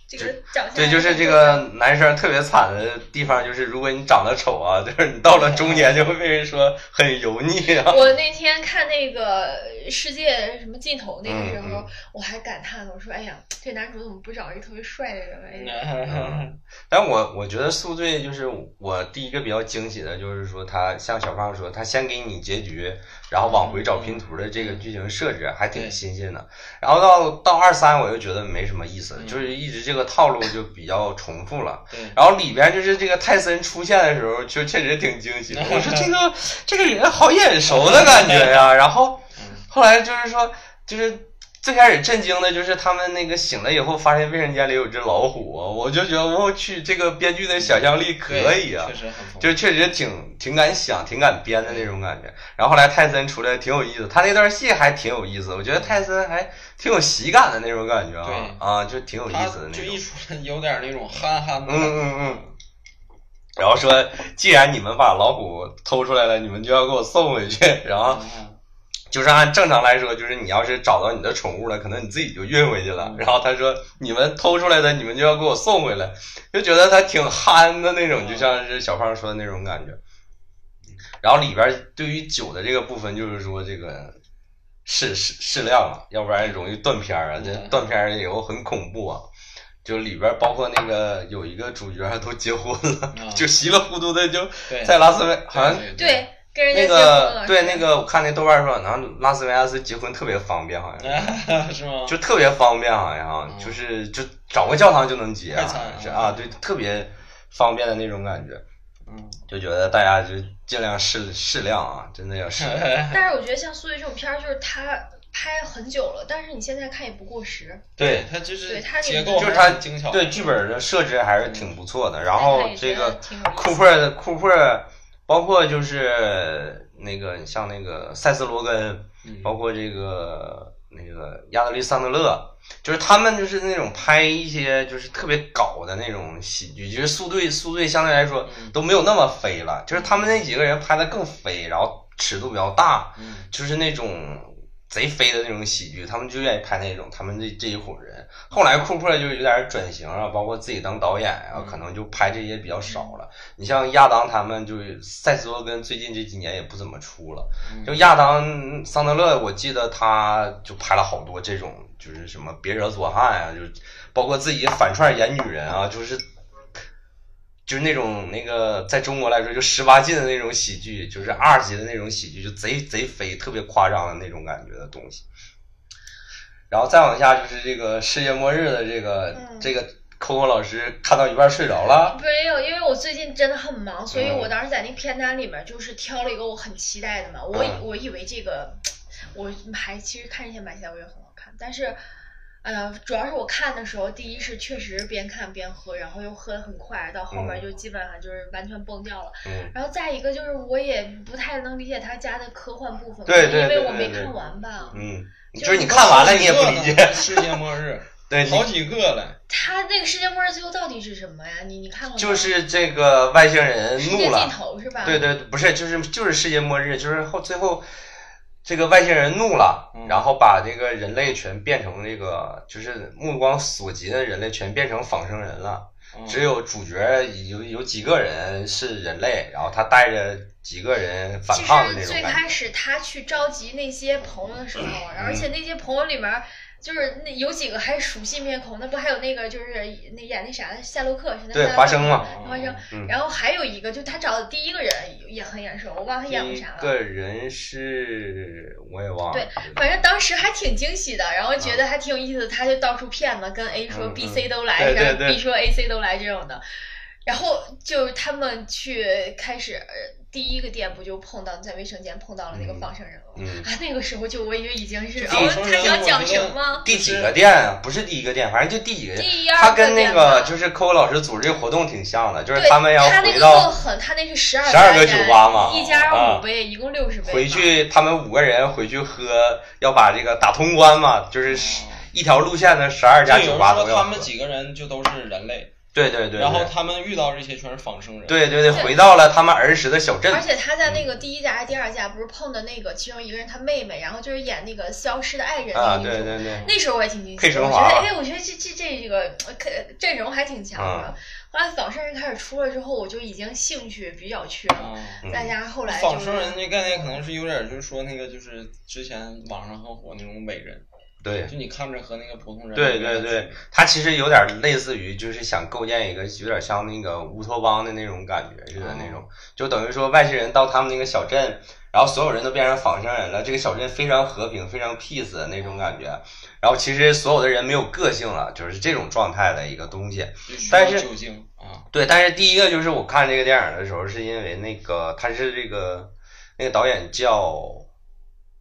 这个长相。
对，就是这个男生特别惨的地方，就是如果你长得丑啊，就是你到了中年就会被人说很油腻啊。
我那天看那个呃世界什么尽头那个时候，
嗯
我还感叹呢，我说：“哎呀，这男主怎么不找一个特别帅的人来？”
嗯，但我我觉得宿醉就是我第一个比较惊喜的，就是说他像小胖说，他先给你结局，然后往回找拼图的这个剧情设置还挺新鲜的。然后到到二三我就觉得没什么意思，
嗯
就是一直这个套路就比较重复了。
对，
然后里边就是这个泰森出现的时候，就确实挺惊喜的。 我说这个这个人好眼熟的感觉 呀、然后后来就是说，就是最开始震惊的就是他们那个醒了以后，发现卫生间里有只老虎，我就觉得我去，这个编剧的想象力可以啊
对确。实很丰富
就确实挺挺敢想、挺敢编的那种感觉。然后后来泰森出来挺有意思，他那段戏还挺有意思，我觉得泰森还挺有喜感的那种感觉啊
对
啊，就挺有意
他
思的那
就
种。
一出来有点那种憨憨的
嗯嗯嗯。然后说，既然你们把老虎偷出来了，你们就要给我送回去。然后
嗯
就是按正常来说，就是你要是找到你的宠物了，可能你自己就运回去
嗯
了。然后他说，你们偷出来的，你们就要给我送回来，就觉得他挺憨的那
嗯
种，就像是小胖说的那种感觉。然后里边对于酒的这个部分，就是说这个适适适量了，要不然容易断片儿啊。这
嗯
断片儿以后很恐怖啊。就里边包括那个有一个主角都结婚了，
嗯
就稀里糊涂的就
对，
在拉斯维好像
对
对，跟人家
那
结婚
个
了。
对
是
那个，我看那豆瓣上，然后拉斯维加斯结婚特别方便，好像
对是吗？
就特别方便，好像
哎嗯
就是就找个教堂就能结，
快
好
餐
像是
嗯
啊，对，特别方便的那种感觉，
嗯，
就觉得大家就尽量适适量啊，真的要适量。
但是我觉得像《宿醉》这种片儿，就是他拍很久了，但是你现在看也不过时。
对
他就是
对他那个
结构
就是
还
他
是精巧，
对剧本的设置还是挺不错的，然后这个
现哎在看也觉得挺有意思
库珀的库珀，包括就是那个像那个塞斯罗根，
嗯
包括这个那个亚德利·桑德勒，就是他们就是那种拍一些就是特别搞的那种喜剧，就是速队速队相对来说
嗯
都没有那么飞了，就是他们那几个人拍的更飞，然后尺度比较大，
嗯
就是那种贼飞的那种喜剧，他们就愿意拍那种。他们这这一伙人后来库珀就是有点转型啊，包括自己当导演啊
嗯，
可能就拍这些比较少了。你像亚当他们，就是塞斯罗根最近这几年也不怎么出了。
嗯
就亚当桑德勒，我记得他就拍了好多这种，就是什么别惹左汉啊，就是包括自己反串演女人啊，就是就是那种那个在中国来说就十八禁的那种喜剧，就是二级的那种喜剧，就贼贼飞，特别夸张的那种感觉的东西。然后再往下就是这个世界末日的这个、
嗯
这个 Coco 老师看到一半睡着了，
没有，因为我最近真的很忙，所以
嗯
我当时在那片单里面就是挑了一个我很期待的嘛。我以
嗯
我以为这个，我还其实看之前蛮期待，我觉得很好看，但是。哎呀，主要是我看的时候，第一是确实边看边喝，然后又喝的很快，到后面
嗯
就基本上就是完全崩掉了。
嗯，
然后再一个就是，我也不太能理解他家的科幻部分，
对对
因为
对
我没
对对
看完吧。
嗯，就
就是
你看完了你也不理解，
世界末日，
对，你
好几个了，
他那个世界末日最后到底是什么呀？你你看了吗？
就是这个外星人
世界
怒
尽
了，
头是吧？
对对，不是，就是就是世界末日，就是后最后这个外星人怒了，
嗯
然后把这个人类全变成这个，就是目光所及的人类全变成仿生人了，
嗯
只有主角有有几个人是人类，然后他带着几个人反
其
抗的那
实
种
最
感觉。嗯
开始他去召集那些朋友的时候，而且那些朋友里面儿就是那有几个还熟悉面孔，那不还有那个就是那演那啥的夏洛克，是那
对
夏洛克
华生嘛，
华生。
嗯
然后还有一个，就他找的第一个人也很眼熟，我忘了他演过
一
啥了。
个人是我也忘了，
对反正当时还挺惊喜的，然后觉得还挺有意思的，他就到处骗嘛，跟 A 说
嗯
B、
嗯
C 都来，
对对
然后
对
B 说 A、C 都来这种的。然后就是他们去开始呃第一个店，不就碰到在卫生间碰到了那个
嗯
仿生人吗？
嗯，
啊，那个时候就我以为已经是
就
哦，
仿生
他
人
想
我
讲
觉得
什么？
第几个店啊？不是第一个店，反正就第几个店。
第
他
二
跟那
店
个
吧
就是扣老师组织这个活动挺像的，就是
对
他们要
他那
回
个
到
更狠，他那是十二
12个酒吧嘛
一家
啊
五杯，一共六十杯嘛。
回去，他们五个人回去喝，要把这个打通关嘛，就是十一条路线的十二
就
家
有人
酒吧
说
都要
他
喝
们。几个人就都是人类，
对对对对，
然后他们遇到这些全是仿生人。
对对对，
对
回到了他们儿时的小镇。
而且他在那个第一家、第二家不是碰的那个其中一个人他妹妹，然后就是演那个消失的爱人
啊，
那个女
对
主。
对对，
那时候我也挺惊喜
配
的，
成
我觉
华
得，哎，我觉得这这这这个呃可阵容还挺强
啊
的。后来仿生人开始出了之后，我就已经兴趣比较缺了。
嗯。
嗯
大家后来
仿
就是
生人这概念可能是有点儿，就是说那个就是之前网上很火那种伟人，
对
就你看着和那个普通人
对对对，他其实有点类似于，就是想构建一个有点像那个乌托邦的那种感觉似的那种，就等于说外星人到他们那个小镇，然后所有人都变成仿生人了，这个小镇非常和平、非常 peace 的那种感觉，然后其实所有的人没有个性了，就是这种状态的一个东西。
就需
但
要
是
酒精啊，
对，但是第一个就是我看这个电影的时候，是因为那个他是这个那个导演叫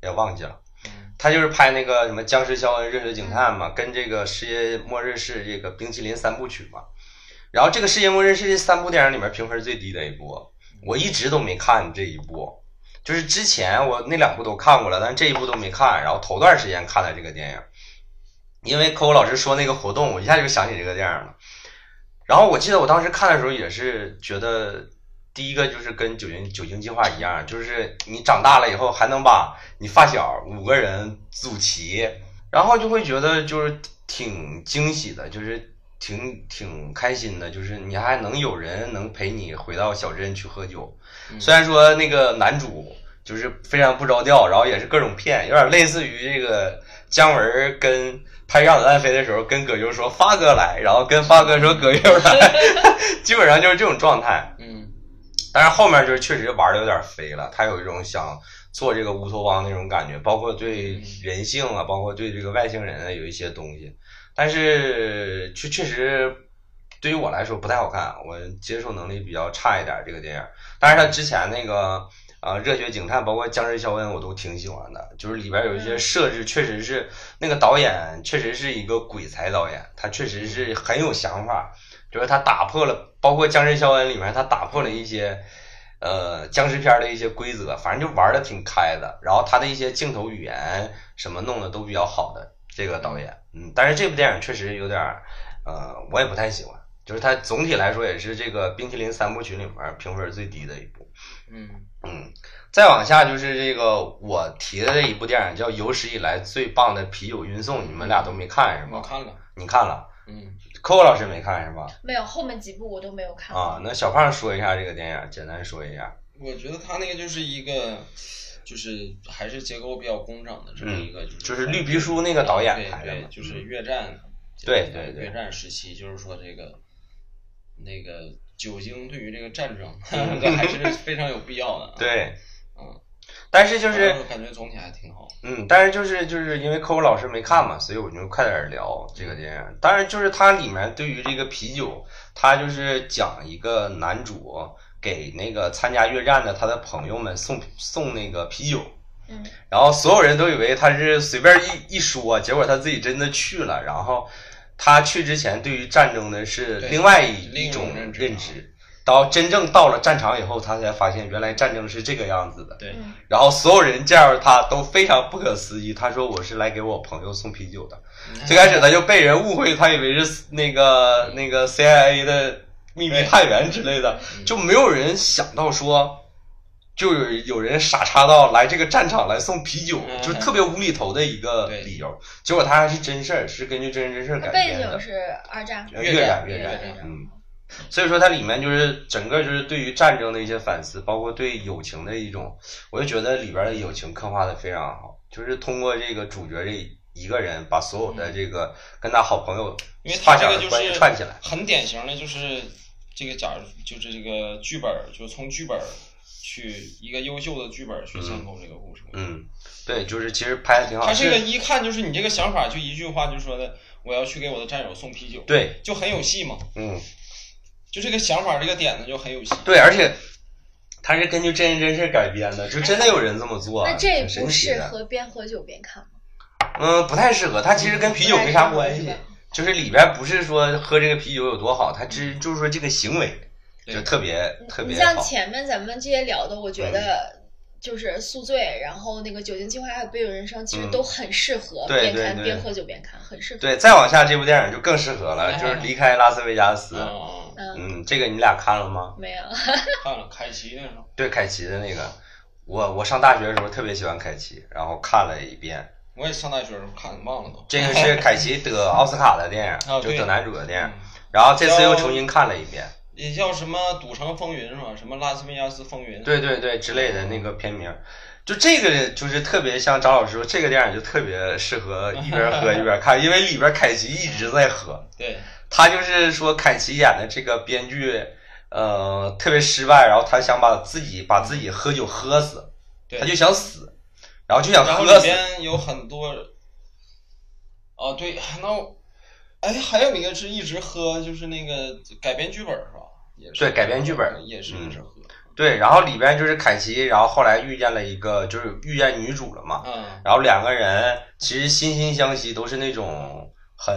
也忘记了，他就是拍那个什么《僵尸肖恩》《热血警探》嘛，跟这个《世界末日》是这个《冰淇淋三部曲》嘛。然后这个《世界末日》是这三部电影里面评分最低的一部，我一直都没看这一部。就是之前我那两部都看过了，但这一部都没看。然后头段时间看了这个电影，因为科科老师说那个活动，我一下就想起这个电影了。然后我记得我当时看的时候也是觉得，第一个就是跟酒精酒精计划一样，就是你长大了以后还能把你发小五个人组齐，然后就会觉得就是挺惊喜的，就是挺挺开心的，就是你还能有人能陪你回到小镇去喝酒。
嗯
虽然说那个男主就是非常不着调，然后也是各种骗，有点类似于这个姜文跟拍《让子弹飞》的时候跟葛优说发哥来，然后跟发哥说葛优来， 基本上就是这种状态。
嗯，
但是后面就是确实玩的有点飞了，他有一种想做这个乌托邦那种感觉，包括对人性啊，包括对这个外星人啊有一些东西，但是确确实对于我来说不太好看，我接受能力比较差一点这个电影。但是他之前那个呃《热血警探》包括《僵尸肖恩》我都挺喜欢的，就是里边有一些设置确实是那个导演确实是一个鬼才导演，他确实是很有想法，就是他打破了，包括《僵尸肖恩》里面他打破了一些呃僵尸片的一些规则，反正就玩的挺开的。然后他的一些镜头语言什么弄的都比较好的这个导演，嗯，但是这部电影确实有点儿，呃，我也不太喜欢。就是它总体来说也是这个冰淇淋三部曲里面评分最低的一部。
嗯，
嗯，再往下就是这个我提的这一部电影叫《有史以来最棒的啤酒运送》，你们俩都没看是
我
吗？
看了，
你看了
嗯，
，Coco 老师没看是吧？
没有后面几部我都没有看。
啊，那小胖说一下这个电影，简单说一下。
我觉得他那个就是一个，就是还是结构比较工整的这么一个，就是
嗯就是绿皮书那个导演拍的
对
嘛
对，就是越战，
嗯对对对
越战时期，就是说这个那个酒精对于这个战争，
嗯
这还是非常有必要的。，
对，
嗯，
但是就是
感觉总体还挺好。
嗯，但是就是就是因为 Coco 老师没看嘛，所以我就快点聊这个电影。当然，就是它里面对于这个啤酒，它就是讲一个男主给那个参加越战的他的朋友们送送那个啤酒，
嗯，
然后所有人都以为他是随便一一说，结果他自己真的去了。然后他去之前，对于战争的是
对
另外一
另一
一
种
种
认知啊
认知，到真正到了战场以后，他才发现原来战争是这个样子的。
对，
嗯，
然后所有人见到他都非常不可思议。他说：“我是来给我朋友送啤酒的。”
嗯
最开始他就被人误会，他以为是那个那个 CIA 的秘密探员之类的，
嗯
就没有人想到说，就有有人傻叉到来这个战场来送啤酒，
嗯
就特别无厘头的一个
对
理由。结果他还是真事儿，是根据真人真事儿
那
改
背
编的
景。是二战。
越
战
战
越
越
战
战，
越
嗯。所以说它里面就是整个就是对于战争的一些反思，包括对友情的一种，我就觉得里边的友情刻画的非常好，就是通过这个主角这一个人把所有的这个跟他好朋友
嗯因为他
发
这
小
个
的
就
关系
是
串起来，
很典型的就是这个，假如就是这个剧本儿，就是从剧本儿去一个优秀的剧本儿去建构这个故事。
嗯，对，就是其实拍的挺好，
他这个
是
一看就是你这个想法，就一句话就说的，我要去给我的战友送啤酒，
对，
就很有戏嘛。
嗯，
就这个想法，这个点子就很有戏。
对，而且他是根据真人真事改编的，就真的有人这么做，
那这
挺神
部
奇
适
的
合边喝酒边看吗？
嗯，不太适合。它其实跟啤酒没啥关
不
系
太适合，
就是里边不是说喝这个啤酒有多好，它只就是说这个行为
嗯对
就特别特
嗯你
别
像
好。嗯
前面咱们这些聊的，我觉得就是宿醉，然后那个酒精计划还有杯酒人生，其实
嗯
都很适合
对
边
对
看
对
边喝酒边看，很适合。
对，再往下这部电影就更适合了，
哎
就是离开拉斯维加斯。
嗯，
嗯，
嗯，这个你俩看了吗？
没有。
看了凯奇那种，
对，凯奇的那个，我我上大学的时候特别喜欢凯奇，然后看了一遍。
我也上大学的时候看，忘了都。
这个是凯奇得奥斯卡的电
哦
影，就
对
得男主的电
嗯
影，然后这次又重新看了一遍。
也叫什么《赌城风云》是吧？什么《拉斯维加斯风云》？
对对对之类的那个片名，就这个就是特别像张老师说，这个电影就特别适合一边喝一边看，因为里边凯奇一直在喝，
对，
他就是说凯奇演的这个编剧，呃，特别失败，然后他想把自己把自己喝酒喝死，
嗯对
他就想死，然后就想
然后
喝
里
死，
边有很多，哦对，那我哎还有一个是一直喝，就是那个改编剧本是吧？也是
对改编剧本
也是
嗯
一直喝，
对，然后里边就是凯奇，然后后来遇见了一个就是遇见女主了嘛，
嗯，
然后两个人其实惺惺相惜，都是那种很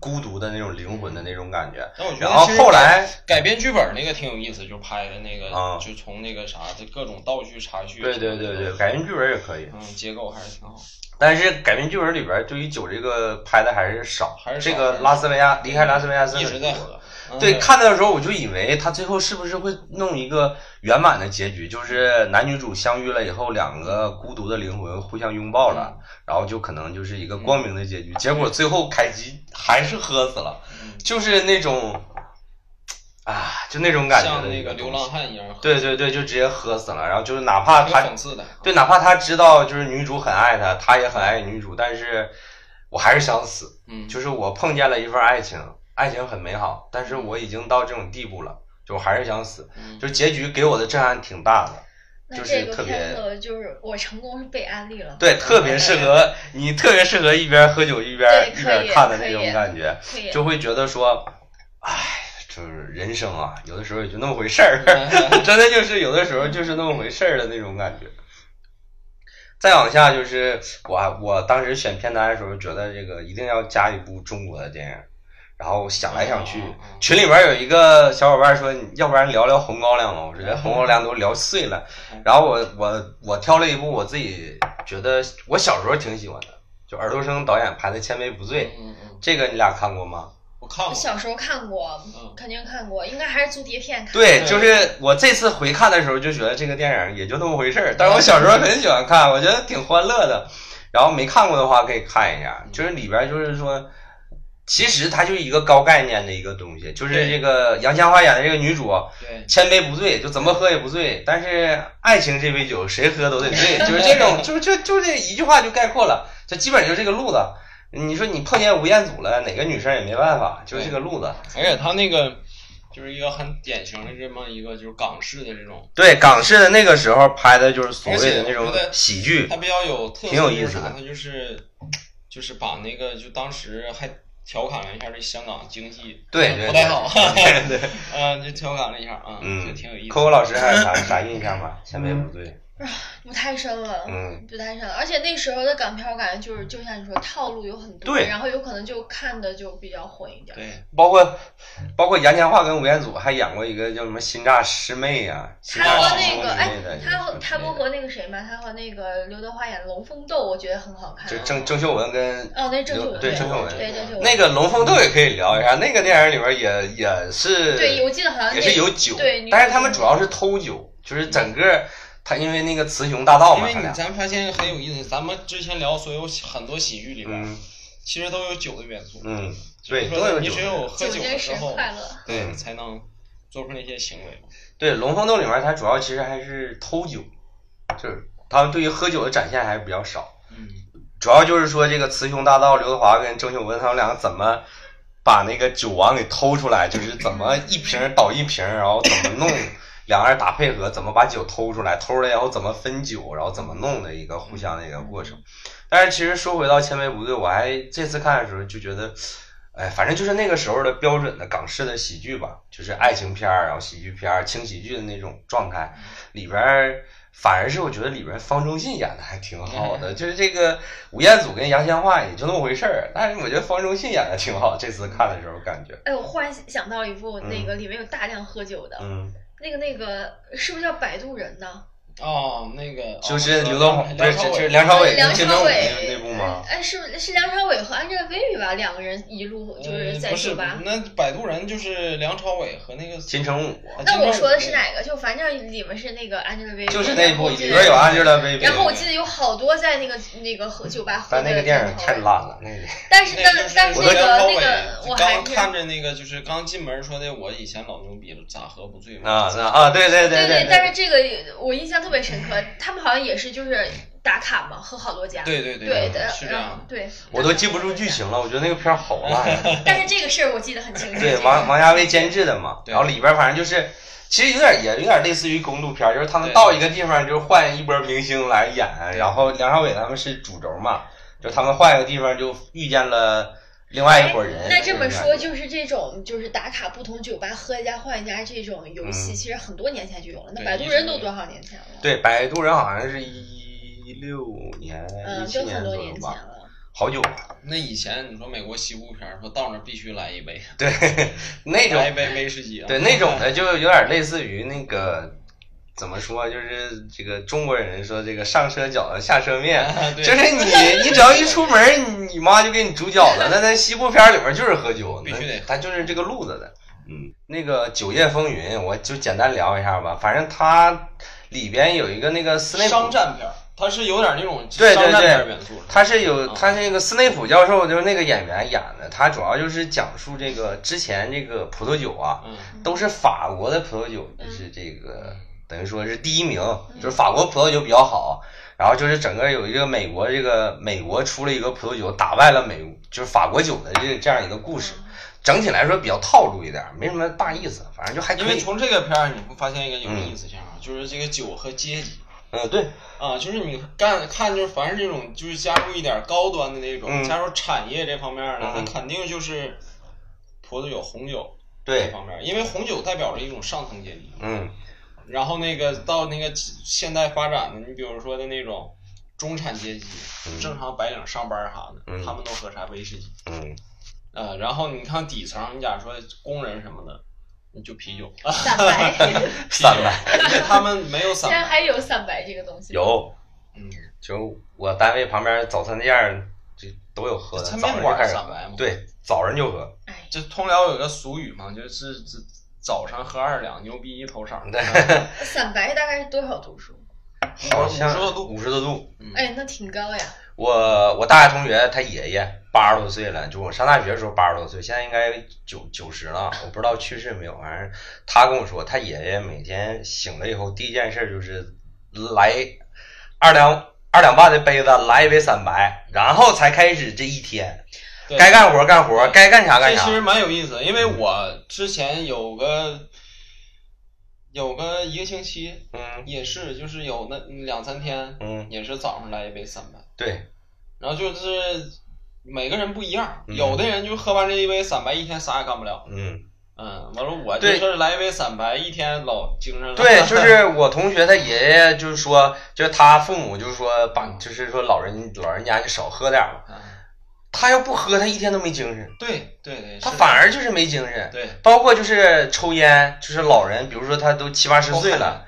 孤独的那种灵魂的那种感觉。
但我觉得
然后
其实
后来，
改编剧本那个挺有意思，就拍的那个，
啊
就从那个啥，就各种倒叙插叙，
对对对对，，改编剧本也可以，
嗯，结构还是挺好，
但是改编剧本里边对于酒这个拍的还是少，
还是少
这个拉斯维加离开拉斯维加斯
一直在
很多
喝，嗯
对，看到的时候我就以为他最后是不是会弄一个圆满的结局，就是男女主相遇了以后，两个孤独的灵魂互相拥抱
嗯
了，然后就可能就是一个光明的结局。结果最后凯奇还是喝死了，
嗯
就是那种啊，就那种感觉
像
的
那
一
个流
东
浪
西。
汉一样喝，
对对对，就直接喝死了。然后就是哪怕
挺
他
讽刺的，
对，哪怕他知道就是女主很爱他，他也很爱女主，但是我还是想死。
嗯，
就是我碰见了一份爱情，爱情很美好，但是我已经到这种地步了，就我还是想死。
嗯
就结局给我的震撼挺大的，
那
就是
这个
特别
片子就是我成功是被安利了，
对，特别适合你，特别适合一边喝酒一边
对
一
可
边
以
看的
可
那种
以
感觉，
可以。
就会觉得说，唉，就是人生啊，有的时候也就那么回事儿。 真的就是有的时候就是那么回事儿的那种感觉。再往下就是我我当时选片单的时候觉得这个一定要加一部中国的电影，然后想来想去，群里边有一个小伙伴说，你要不然聊聊红高粱吧？我觉得红高粱都聊碎了。然后我我我挑了一部我自己觉得我小时候挺喜欢的，就尔冬升导演拍的《千杯不醉》，
嗯嗯，
这个你俩看过吗？
我看
我
过，
小时候看过，
嗯，
肯定看过，应该还是租碟片 看。
对，
对
就是我这次回看的时候就觉得这个电影也就那么回事儿，但是我小时候很喜欢看，我觉得挺欢乐的。然后没看过的话可以看一下，就是里边就是说，其实它就是一个高概念的一个东西，就是
对
这个杨千嬅演的这个女主
对，
千杯不醉，就怎么喝也不醉，但是爱情这杯酒谁喝都得醉，就是这种，就就就这一句话就概括了，这基本就是这个路子。你说你碰见吴彦祖了，哪个女生也没办法，就是这个路子。
而且他那个就是一个很典型的这么一个就是港式的这种，
对港式的那个时候拍的就是所谓的那种
而且我觉得
喜剧
它，比较有特色，
挺有意思的
他就是就是把那个就当时还调侃了一下这香港经济
对
呃
对
不太好，
对对。
嗯，就调侃了一下啊，
嗯
就挺有意思
扣
的。
扣老师还有啥啥印象吗？千杯不醉，
不太深了，
嗯，
不太深了。而且那时候的港片，我感觉就是就像你说，套路有很多，
对
然后有可能就看的就比较混一点。
对，
包括包括杨千嬅跟吴彦祖还演过一个叫什么《新榨师妹》啊，新
他
榨
和
师
那
兄
个，
弟的
哎，他和他不
那个
和那个谁嘛，他和那个刘德华演《龙凤斗》，我觉得很好看。啊
就郑郑秀文跟
哦，那是郑秀文，
对郑
郑
秀
对
文。
郑秀文，
那个《龙凤斗》也可以聊一下，那个电影里边也也是
对，我记得好像
也
那
是有酒
对，女，
但是他们主要是偷酒，就是整个他因为那个雌雄大盗
因
嘛，
为
他
你
俩，
咱发现很有意思，咱们之前聊所有很多喜剧里边，
嗯
其实都有酒的元素。
嗯，
所
对，
以
都
说
有
你
酒嗯
只有喝
酒
酒
精
的
使
时候，
快乐。
对
对，才能做出那些行为嘛。
对，《龙凤斗》里面它主要其实还是偷酒，就是他们对于喝酒的展现还是比较少，
嗯，
主要就是说这个雌雄大盗刘德华跟郑秀文他们两个怎么。把那个酒王给偷出来，就是怎么一瓶儿倒一瓶儿，然后怎么弄，两个人打配合，怎么把酒偷出来，偷出来然后怎么分酒，然后怎么弄的一个互相的一个过程。但是其实说回到千杯不醉，我还这次看的时候就觉得，哎，反正就是那个时候的标准的港式的喜剧吧，就是爱情片儿，然后喜剧片儿、轻喜剧的那种状态，
嗯
里边儿反而是我觉得里边儿方中信演的还挺好
嗯
的，就是这个吴彦祖跟杨千嬅也就那么回事儿，但是我觉得方中信演的挺好，这次看的时候感觉，
哎，我忽然想到一部
嗯
那个里面有大量喝酒的，
嗯，
那个那个是不是叫《摆渡人》呢？
哦，那个
就是刘德华，不是，
朝
就
伟
是梁朝伟
呃梁
跟
朝
金城武那
伟
那部吗？
哎，是不是是梁朝伟和 Angelababy 吧？两个人一路
嗯
就是在
嗯不是
酒吧。
那摆渡人就是梁朝伟和那个
金城武
啊
那我说的是？
金城武
哪个？就反正里面是那个 Angelababy，
就是那
然后
部
我
里
记得
边有 Angelababy，
然后我记得有好多在那个那个喝酒吧喝
但
的
那个电影
镜头
太烂，了，那个
但是但
那就是
但是
我
那
跟梁
个
朝
那
伟
个我还
刚
是
看着那个，就是刚进门说的，我以前老牛逼了，咋喝不醉嘛？
啊那啊，对对
对
对
但是这个我印象特别深刻，他们好像也是就是打卡嘛，喝好多家，
对对
对的，嗯
是这
然后
样。
对，
我都记不住剧情了，我觉得那个片儿好烂呀。
但是这个事儿我记得很清楚。
对，王王家卫监制的嘛，
对
然后里边儿反正就是，其实有点也有点类似于公路片儿，就是他们
对
到一个地方就换一波明星来演，
对
然后梁朝伟他们是主轴嘛，就他们换一个地方就遇见了另外一伙人。
哎那这么
种
说，
感觉
就是这种就是打卡不同酒吧喝一家换一家这种游戏，
嗯
其实很多年前就有了。那
对
摆渡
一
人
直
都
有
多少年前了？，
对《摆渡人》好像是一六年、一
嗯，
七
就很
年
多
左右
年前
吧，
了。
好久了。
那以前你说美国西部片儿，说到那儿必须来一杯，
对，那种
来一杯威士忌啊。
对那种的就有点类似于那个。怎么说？就是这个中国人说这个上车饺子下车面，
啊，对
就是 你，你只要一出门，你妈就给你煮饺子。那在西部片里面就是喝酒，
必须得喝
他就是这个路子的。嗯，那个《酒夜风云》，我就简单聊一下吧。反正它里边有一个那个斯内
商
普，
战片儿，它是有点那种
对对
商
对
战片儿元素的。
他是有
啊
他那个斯内普教授，就是那个演员演的。他主要就是讲述这个之前这个葡萄酒啊，
嗯，
都是法国的葡萄酒，就是这个等于说是第一名，就是法国葡萄酒比较好。然后就是整个有一个美国，这个美国出了一个葡萄酒，打败了美就是法国酒的这这样一个故事。整体来说比较套路一点，没什么大意思，反正就还
因
可
为
以。
从这个片儿你会发现一个有意思现象，啊就是这个酒和阶级
嗯，对，
啊，就是你干看就是凡是这种就是加入一点高端的那种，
嗯
加入产业这方面的，那
嗯
肯定就是葡萄酒、红酒这
对，
方面，因为红酒代表着一种上层阶级。
嗯，
然后那个到那个现代发展的，你比如说的那种中产阶级，
嗯
正常白领上班啥的，
嗯
他们都喝啥威士忌。
嗯，
呃，然后你看底层，你假如说工人什么的，你就啤酒，
散白，
啤酒
散白，
他们没有散
现在
白，
还有散白这个东西吗？
有，
嗯，
就我单位旁边早餐店儿就都有喝的，
抻
早上
面
就
馆
开
儿
始
散
喝，
白嘛，，
对，早上就喝，
哎，
就通辽有个俗语嘛，就是这早上喝二两，牛逼一头晌，
对
散白大概是多少度数？
嗯好像
嗯五十多度
五十多度。
嗯
哎，那挺高呀。
我我大学同学他爷爷八十多岁了，就我上大学的时候八十多岁，现在应该九九十了，我不知道去世没有。反正他跟我说，他爷爷每天醒了以后，第一件事就是来二两二两半的杯子，来一杯散白，然后才开始这一天，
对
该干活干活，该干啥干嗯
这
啥
其。实蛮有意思的，因为我之前有个有个一个星期，
嗯
也是就是有那两三天，
嗯，
也是早上来一杯三白，
对，
然后就是每个人不一样，
嗯
有的人就喝完这一杯散白，一天啥也干不了。
嗯。
嗯，完了我就
对
是来一杯散白，一天老精神了。
对， 就是我同学他爷爷，就是说，就是他父母，就是说把，就是说老人老人家就少喝点儿嘛。
嗯
他要不喝，他一天都没精神，
对对对，
他
是
反而就是没精神。
对
包括就是抽烟，就是老人，比如说他都七八十岁了，，
啊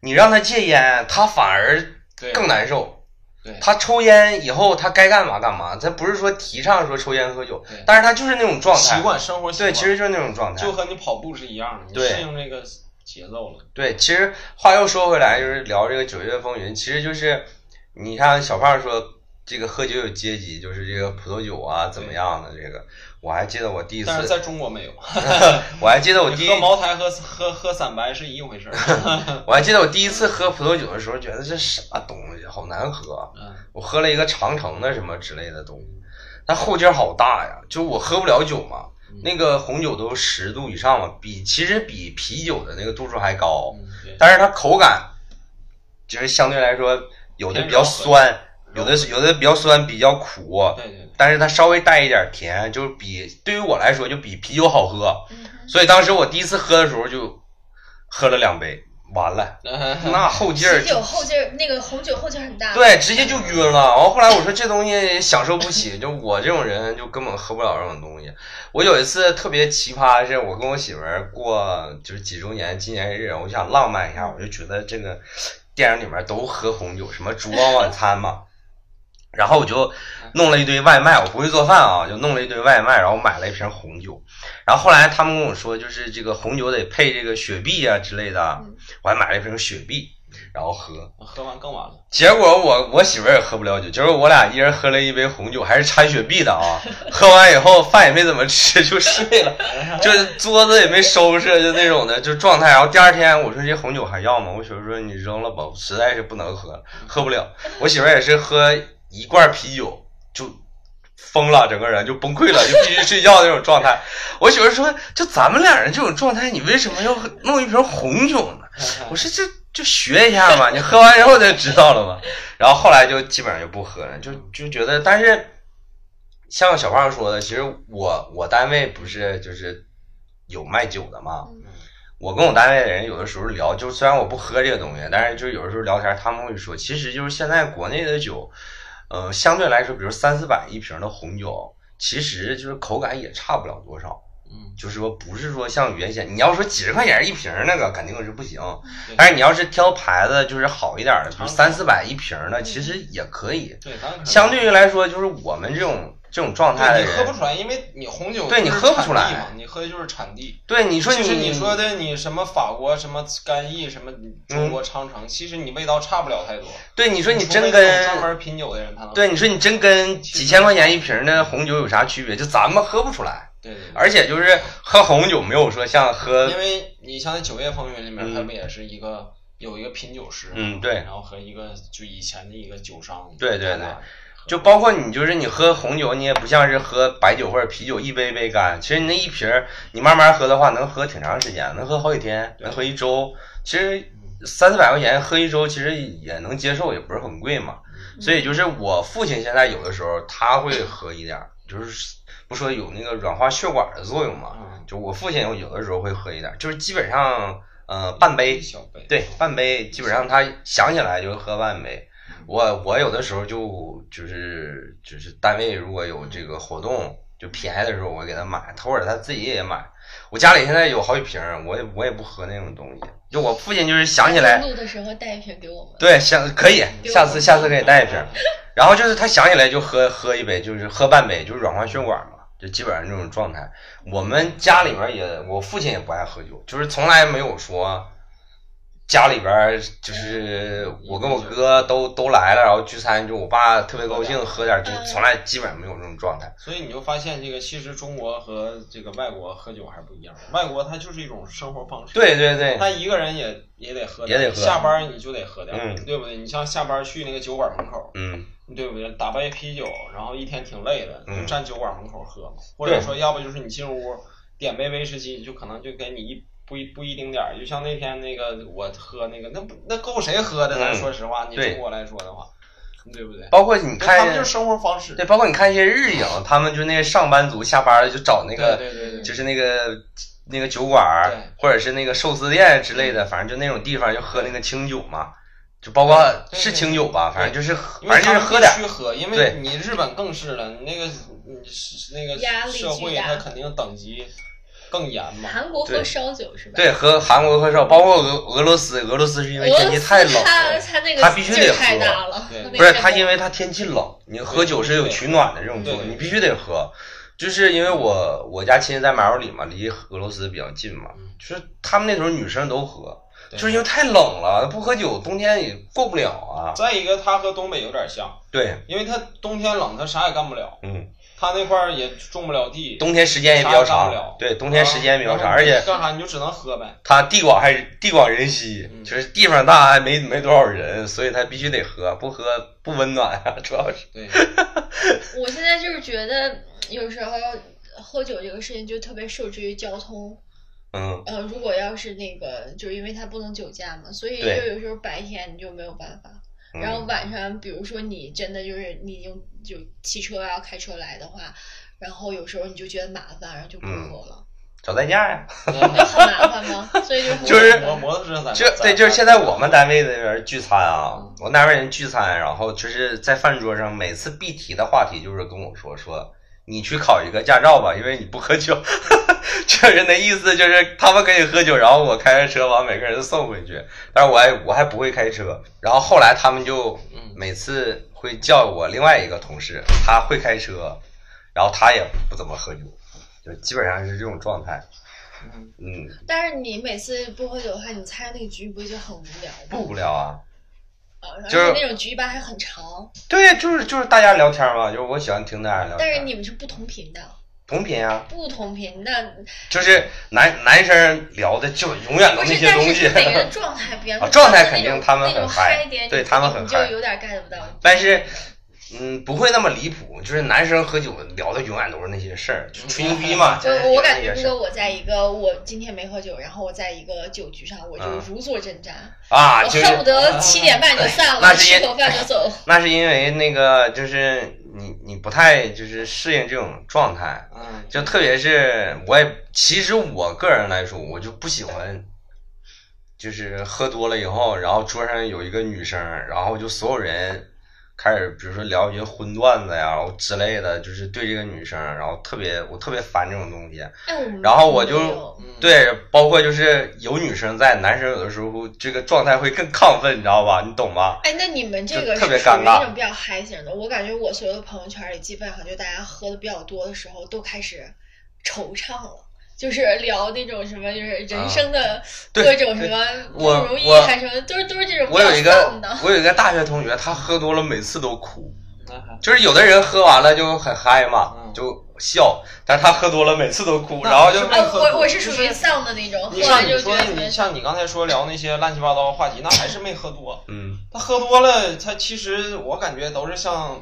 你让他戒烟，他反而
对
更难受。
对
他抽烟以后，他该干嘛干嘛，他不是说提倡说抽烟喝酒
对，
但是他就是那种状态，
习惯生活习
对，
惯，
其实就是那种状态，
就和你跑步是一样的，你
对
适应这个节奏了。
对，其实话又说回来，就是聊这个九月风云，其实就是你看小胖说这个喝酒有阶级，就是这个葡萄酒啊怎么样的这个，我还记得我第一
但是
次，
在中国没有，
我还记得我第
你
一
喝茅台和喝喝散白是一回事儿。
我还记得我第一次喝葡萄酒的时候，觉得这啥东西好难喝，啊
嗯，
我喝了一个长城的什么之类的东西，但后劲儿好大呀，就我喝不了酒嘛。
嗯
那个红酒都十度以上嘛，比其实比啤酒的那个度数还高。
嗯对
但是它口感就是相对来说，有的比较酸，有的有的比较酸，比较苦，
对对
但是它稍微带一点甜，就是比对于我来说就比啤酒好喝。
嗯，
所以当时我第一次喝的时候就喝了两杯，完了，
对，嗯
那后劲儿
啤，酒后劲儿，那个红酒后劲儿很大。，
对，直接就晕了。然后后来我说这东西享受不起，就我这种人就根本喝不了这种东西。我有一次特别奇葩的是，我跟我媳妇儿过就是几周年纪念日，我想浪漫一下，我就觉得这个电影里面都喝红酒，什么烛光晚餐嘛。然后我就弄了一堆外卖，我不会做饭啊，就弄了一堆外卖，然后买了一瓶红酒。然后后来他们跟我说，就是这个红酒得配这个雪碧啊之类的
嗯，
我还买了一瓶雪碧，然后喝。
喝完更 晚了，
结果我我媳妇儿也喝不了酒，结果我俩一人喝了一杯红酒，还是掺雪碧的啊。 喝完以后饭也没怎么吃就睡了，就是桌子也没收拾，就那种的就状态。然后第二天我说这红酒还要吗？我媳妇儿说你扔了吧，我实在是不能喝了，喝不了。我媳妇儿也是喝一罐啤酒就疯了，整个人就崩溃了，就必须睡觉那种状态。我媳妇儿说，就咱们俩人这种状态，你为什么要弄一瓶红酒呢？我说这就学一下嘛，你喝完以后就知道了嘛。然后后来就基本上就不喝了，就就觉得，但是像小胖说的，其实我我单位不是就是有卖酒的嘛
嗯。
我跟我单位的人有的时候聊，就虽然我不喝这个东西，但是就有的时候聊天，他们会说，其实就是现在国内的酒，呃，相对来说，比如三四百一瓶的红酒，其实就是口感也差不了多少。
嗯，
就是说不是说像原先，你要说几十块钱一瓶儿那个肯定是不行
对，
哎但是你要是挑牌子就是好一点儿的，比如
常规
三四百一瓶儿的，
嗯
其实也可以。
对，咱可
相对于来说，就是我们这种这种状态的
对你喝不
人，
出来，因为你红酒
对
就
你
是
喝不出来
产地嘛，你喝的就是产地。
对你说
其实
你
你说的你什么法国什么干邑什么中国长城，其实你味道差不了太多。
对你说你
除
真
非
跟
那种专门品酒的人，他能
对你说你真跟几千块钱一瓶儿的红酒有啥区别？就咱们喝不出来，
对对对，
而且就是喝红酒没有说像喝
因为你像《九月风云》里面，
嗯
他不也是一个有一个品酒师，
嗯对
然后和一个就以前的一个酒商，
对对对
他俩
就包括你，就是你喝红酒，你也不像是喝白酒或者啤酒一杯一杯干。其实你那一瓶儿，你慢慢喝的话，能喝挺长时间，能喝好几天，
对
能喝一周。其实三四百块钱喝一周，其实也能接受，也不是很贵嘛。所以就是我父亲现在有的时候他会喝一点儿，就是不说有那个软化血管的作用嘛。
嗯，
就我父亲有的时候会喝一点儿，就是基本上呃半杯
一小杯，
对，半杯基本上他想起来就喝半杯。我我有的时候就就是就是单位如果有这个活动，就便宜的时候我给他买，偶尔他自己也买。我家里现在有好几瓶儿，我也我也不喝那种东西。就我父亲就是想起来，
录的时候带一瓶给我们。
对，想可以，
给我
下次下次可以带一瓶儿。然后就是他想起来就喝喝一杯，就是喝半杯，就是软化血管嘛，就基本上这种状态。我们家里面也，我父亲也不爱喝酒，就是从来没有说家里边儿就是我跟我哥都都来了，然后聚餐，就我爸特别高兴喝点儿，就
嗯
从来基本上没有这种状态。
所以你就发现这个，其实中国和这个外国喝酒还是不一样。外国它就是一种生活方式，，
对对对，
他一个人也也得喝
也
点，
得喝
下班你就得喝点，
嗯
对不对？你像下班去那个酒馆门口，
嗯，
对不对？打杯啤酒，然后一天挺累的，
嗯
就站酒馆门口喝嘛。或者说，要不就是你进屋点杯威士忌，就可能就给你一不一不一丁点儿。就像那天那个我喝那个，那不那够谁喝的？咱
嗯
说实话，你
对
中国来说的话，对不对？
包括你
他们
看
就是，生活方式。
对，包括你看一些日影，他们就那个上班族下班了就找那个
对对对对
就是那个那个酒馆儿
嗯对嗯
或者是那个寿司店之类的，反正就那种地方就喝那个清酒嘛，就包括
对对
是清酒吧，
对
反正就是
因
反正
为
就
他
是
们
喝点
必
儿。
须喝，因
对
为你日本更是了，你那个你是那个
压力巨
社
大啊
会它肯定等级更严嘛。
韩国
对
喝烧酒是吧？
对，和韩国喝烧，包括俄俄罗斯，俄罗斯是因为天气太冷
俄罗斯它
了，
它那个
它必须得
劲儿
喝
太大了，
对
那个
不是
热
它
量
因为它天气冷，你喝酒是有取暖的这种作
对
用，
对
你必须得喝。就是因为我我家亲戚在马尔里嘛，离俄罗斯比较近嘛
嗯，
就是他们那时候女生都喝，
对
就是因为太冷了，不喝酒冬天也过不了啊。
再一个，它和东北有点像，
对，
因为它冬天冷，它啥也干不了，
嗯。
它那块儿也种不了地，
冬天时间也比较
啥也干
长
不了，
对，冬天时间比较
啊
长，而且
干啥你就只能喝呗。
它地广还是地广人稀，
嗯
就是地方大，还没没多少人，所以它必须得喝，不喝不温暖啊， 主要是。
对，
我现在就是觉得有时候喝酒这个事情就特别受制于交通。
嗯，
呃，如果要是那个，就是因为它不能酒驾嘛，所以就
对
有时候白天你就没有办法。
嗯
然后晚上，比如说你真的就是你用就骑车啊、开车来的话，然后有时候你就觉得麻烦，然后就不
嗯
喝了，
找代驾呀，
那很麻烦 吗？所以就很
就是
麻
摩
烦
摩托车咱
就对，就是现在我们单位的人聚餐啊，我单位人聚餐，然后就是在饭桌上，每次必提的话题就是跟我说说。你去考一个驾照吧，因为你不喝酒， 就是那意思，就是他们可以喝酒，然后我开着车把每个人送回去，但是我还我还不会开车，然后后来他们就
嗯，
每次会叫我另外一个同事，他会开车，然后他也不怎么喝酒，就基本上是这种状态。
嗯
嗯，
但是你每次不喝酒的话，你参加那个局不就很无聊吗？
不无聊啊。
啊，而
就
且
是嗯
那种局一般还很长，
对呀，就是就是大家聊天嘛，就是我喜欢听大家聊天。
但是你们是不同频的，
同频啊，
不同频那
嗯就是男男生聊的就永远都
不
那
是，
些
但
东
是
西
是。每个人状态不一样。
啊
就
状态
是
肯
那
定
种
他们
那种
很嗨
一点，
对
你
他们很
你就
嗨
有点 get 不到。
但是嗯，不会那么离谱，就是男生喝酒聊的永远都是那些事儿，就吹牛逼 嘛。
我我感觉，
就是
如果我在一个我今天没喝酒，然后我在一个酒局上，我就
嗯
如坐针毡，
啊，
我
就是
恨不得七点半就散
那
了，
是
吃
因
口饭 就走。
那是因为那个就是你你不太就是适应这种状态，
嗯，
就特别是我也，其实我个人来说，我就不喜欢，就是喝多了以后，然后桌上有一个女生，然后就所有人开始，比如说聊一些荤段子呀，然后之类的，就是对这个女生，然后特别我特别烦这种东西。
哎，我们
然后我就
没有
嗯，
对，包括就是有女生在，男生有的时候这个状态会更亢奋，你知道吧？你懂吧？
哎，那你们这个
就特别
是属于
尴尬
那种比较嗨型的，我感觉我所有的朋友圈里，基本上就大家喝的比较多的时候，都开始惆怅了。就是聊那种什么，就是人生的
啊对
各种什么不
我
如意，
我
还是什么，都是都是这种比
我有一
较丧
个
的。
我有一个大学同学，他喝多了每次都哭。
那还
就是有的人喝完了就很嗨嘛
嗯，
就笑，但是他喝多了每次都哭，
那
然后就
不是
哎，我我是
就
属
是
于丧的那种，
你
后
像
来
你
就觉
说
得特别
你像你刚才说聊那些乱七八糟的话题，那还是没喝多。
嗯，
他喝多了，他其实我感觉都是像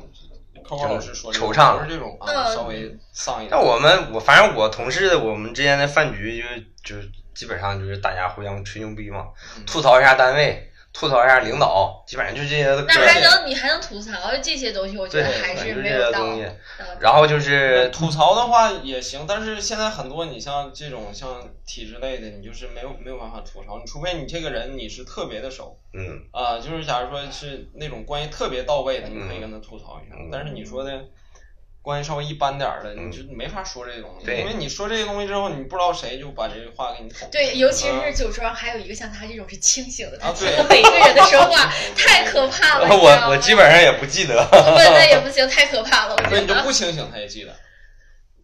扣扣老师说的，
惆怅
都是这种啊，
嗯
稍微丧一
那
点。
我们我反正我同事的我们之间的饭局就是就是基本上就是大家互相吹牛逼嘛，
嗯
吐槽一下单位，吐槽一下领导，基本上就这些个
那还
人。
能你还能吐槽这些东西，我觉
对，
得
反
还
正
是
就
没
这
有
些
到嗯
东西。
到
然后就是
吐槽的话也行，但是现在很多你像这种像体制类的，你就是没有没有办法吐槽，你除非你这个人你是特别的熟
嗯，
啊、就是假如说是那种关系特别到位的，你可以
嗯
跟他吐槽一下。
嗯
但是你说的，关系稍微一般点儿的，你就没法说这些东西，
对
因为你说这些东西之后，你不知道谁就把这句话给你捅。
对，尤其是酒庄，还有一个像他这种是清醒的，他
啊
记
对
得每一个人的说话，太可怕了。你知道
我
吗
我基本上也不记得。
问那也不行，太可怕了，我
对，
觉
你就
得。
不清醒，他也记得。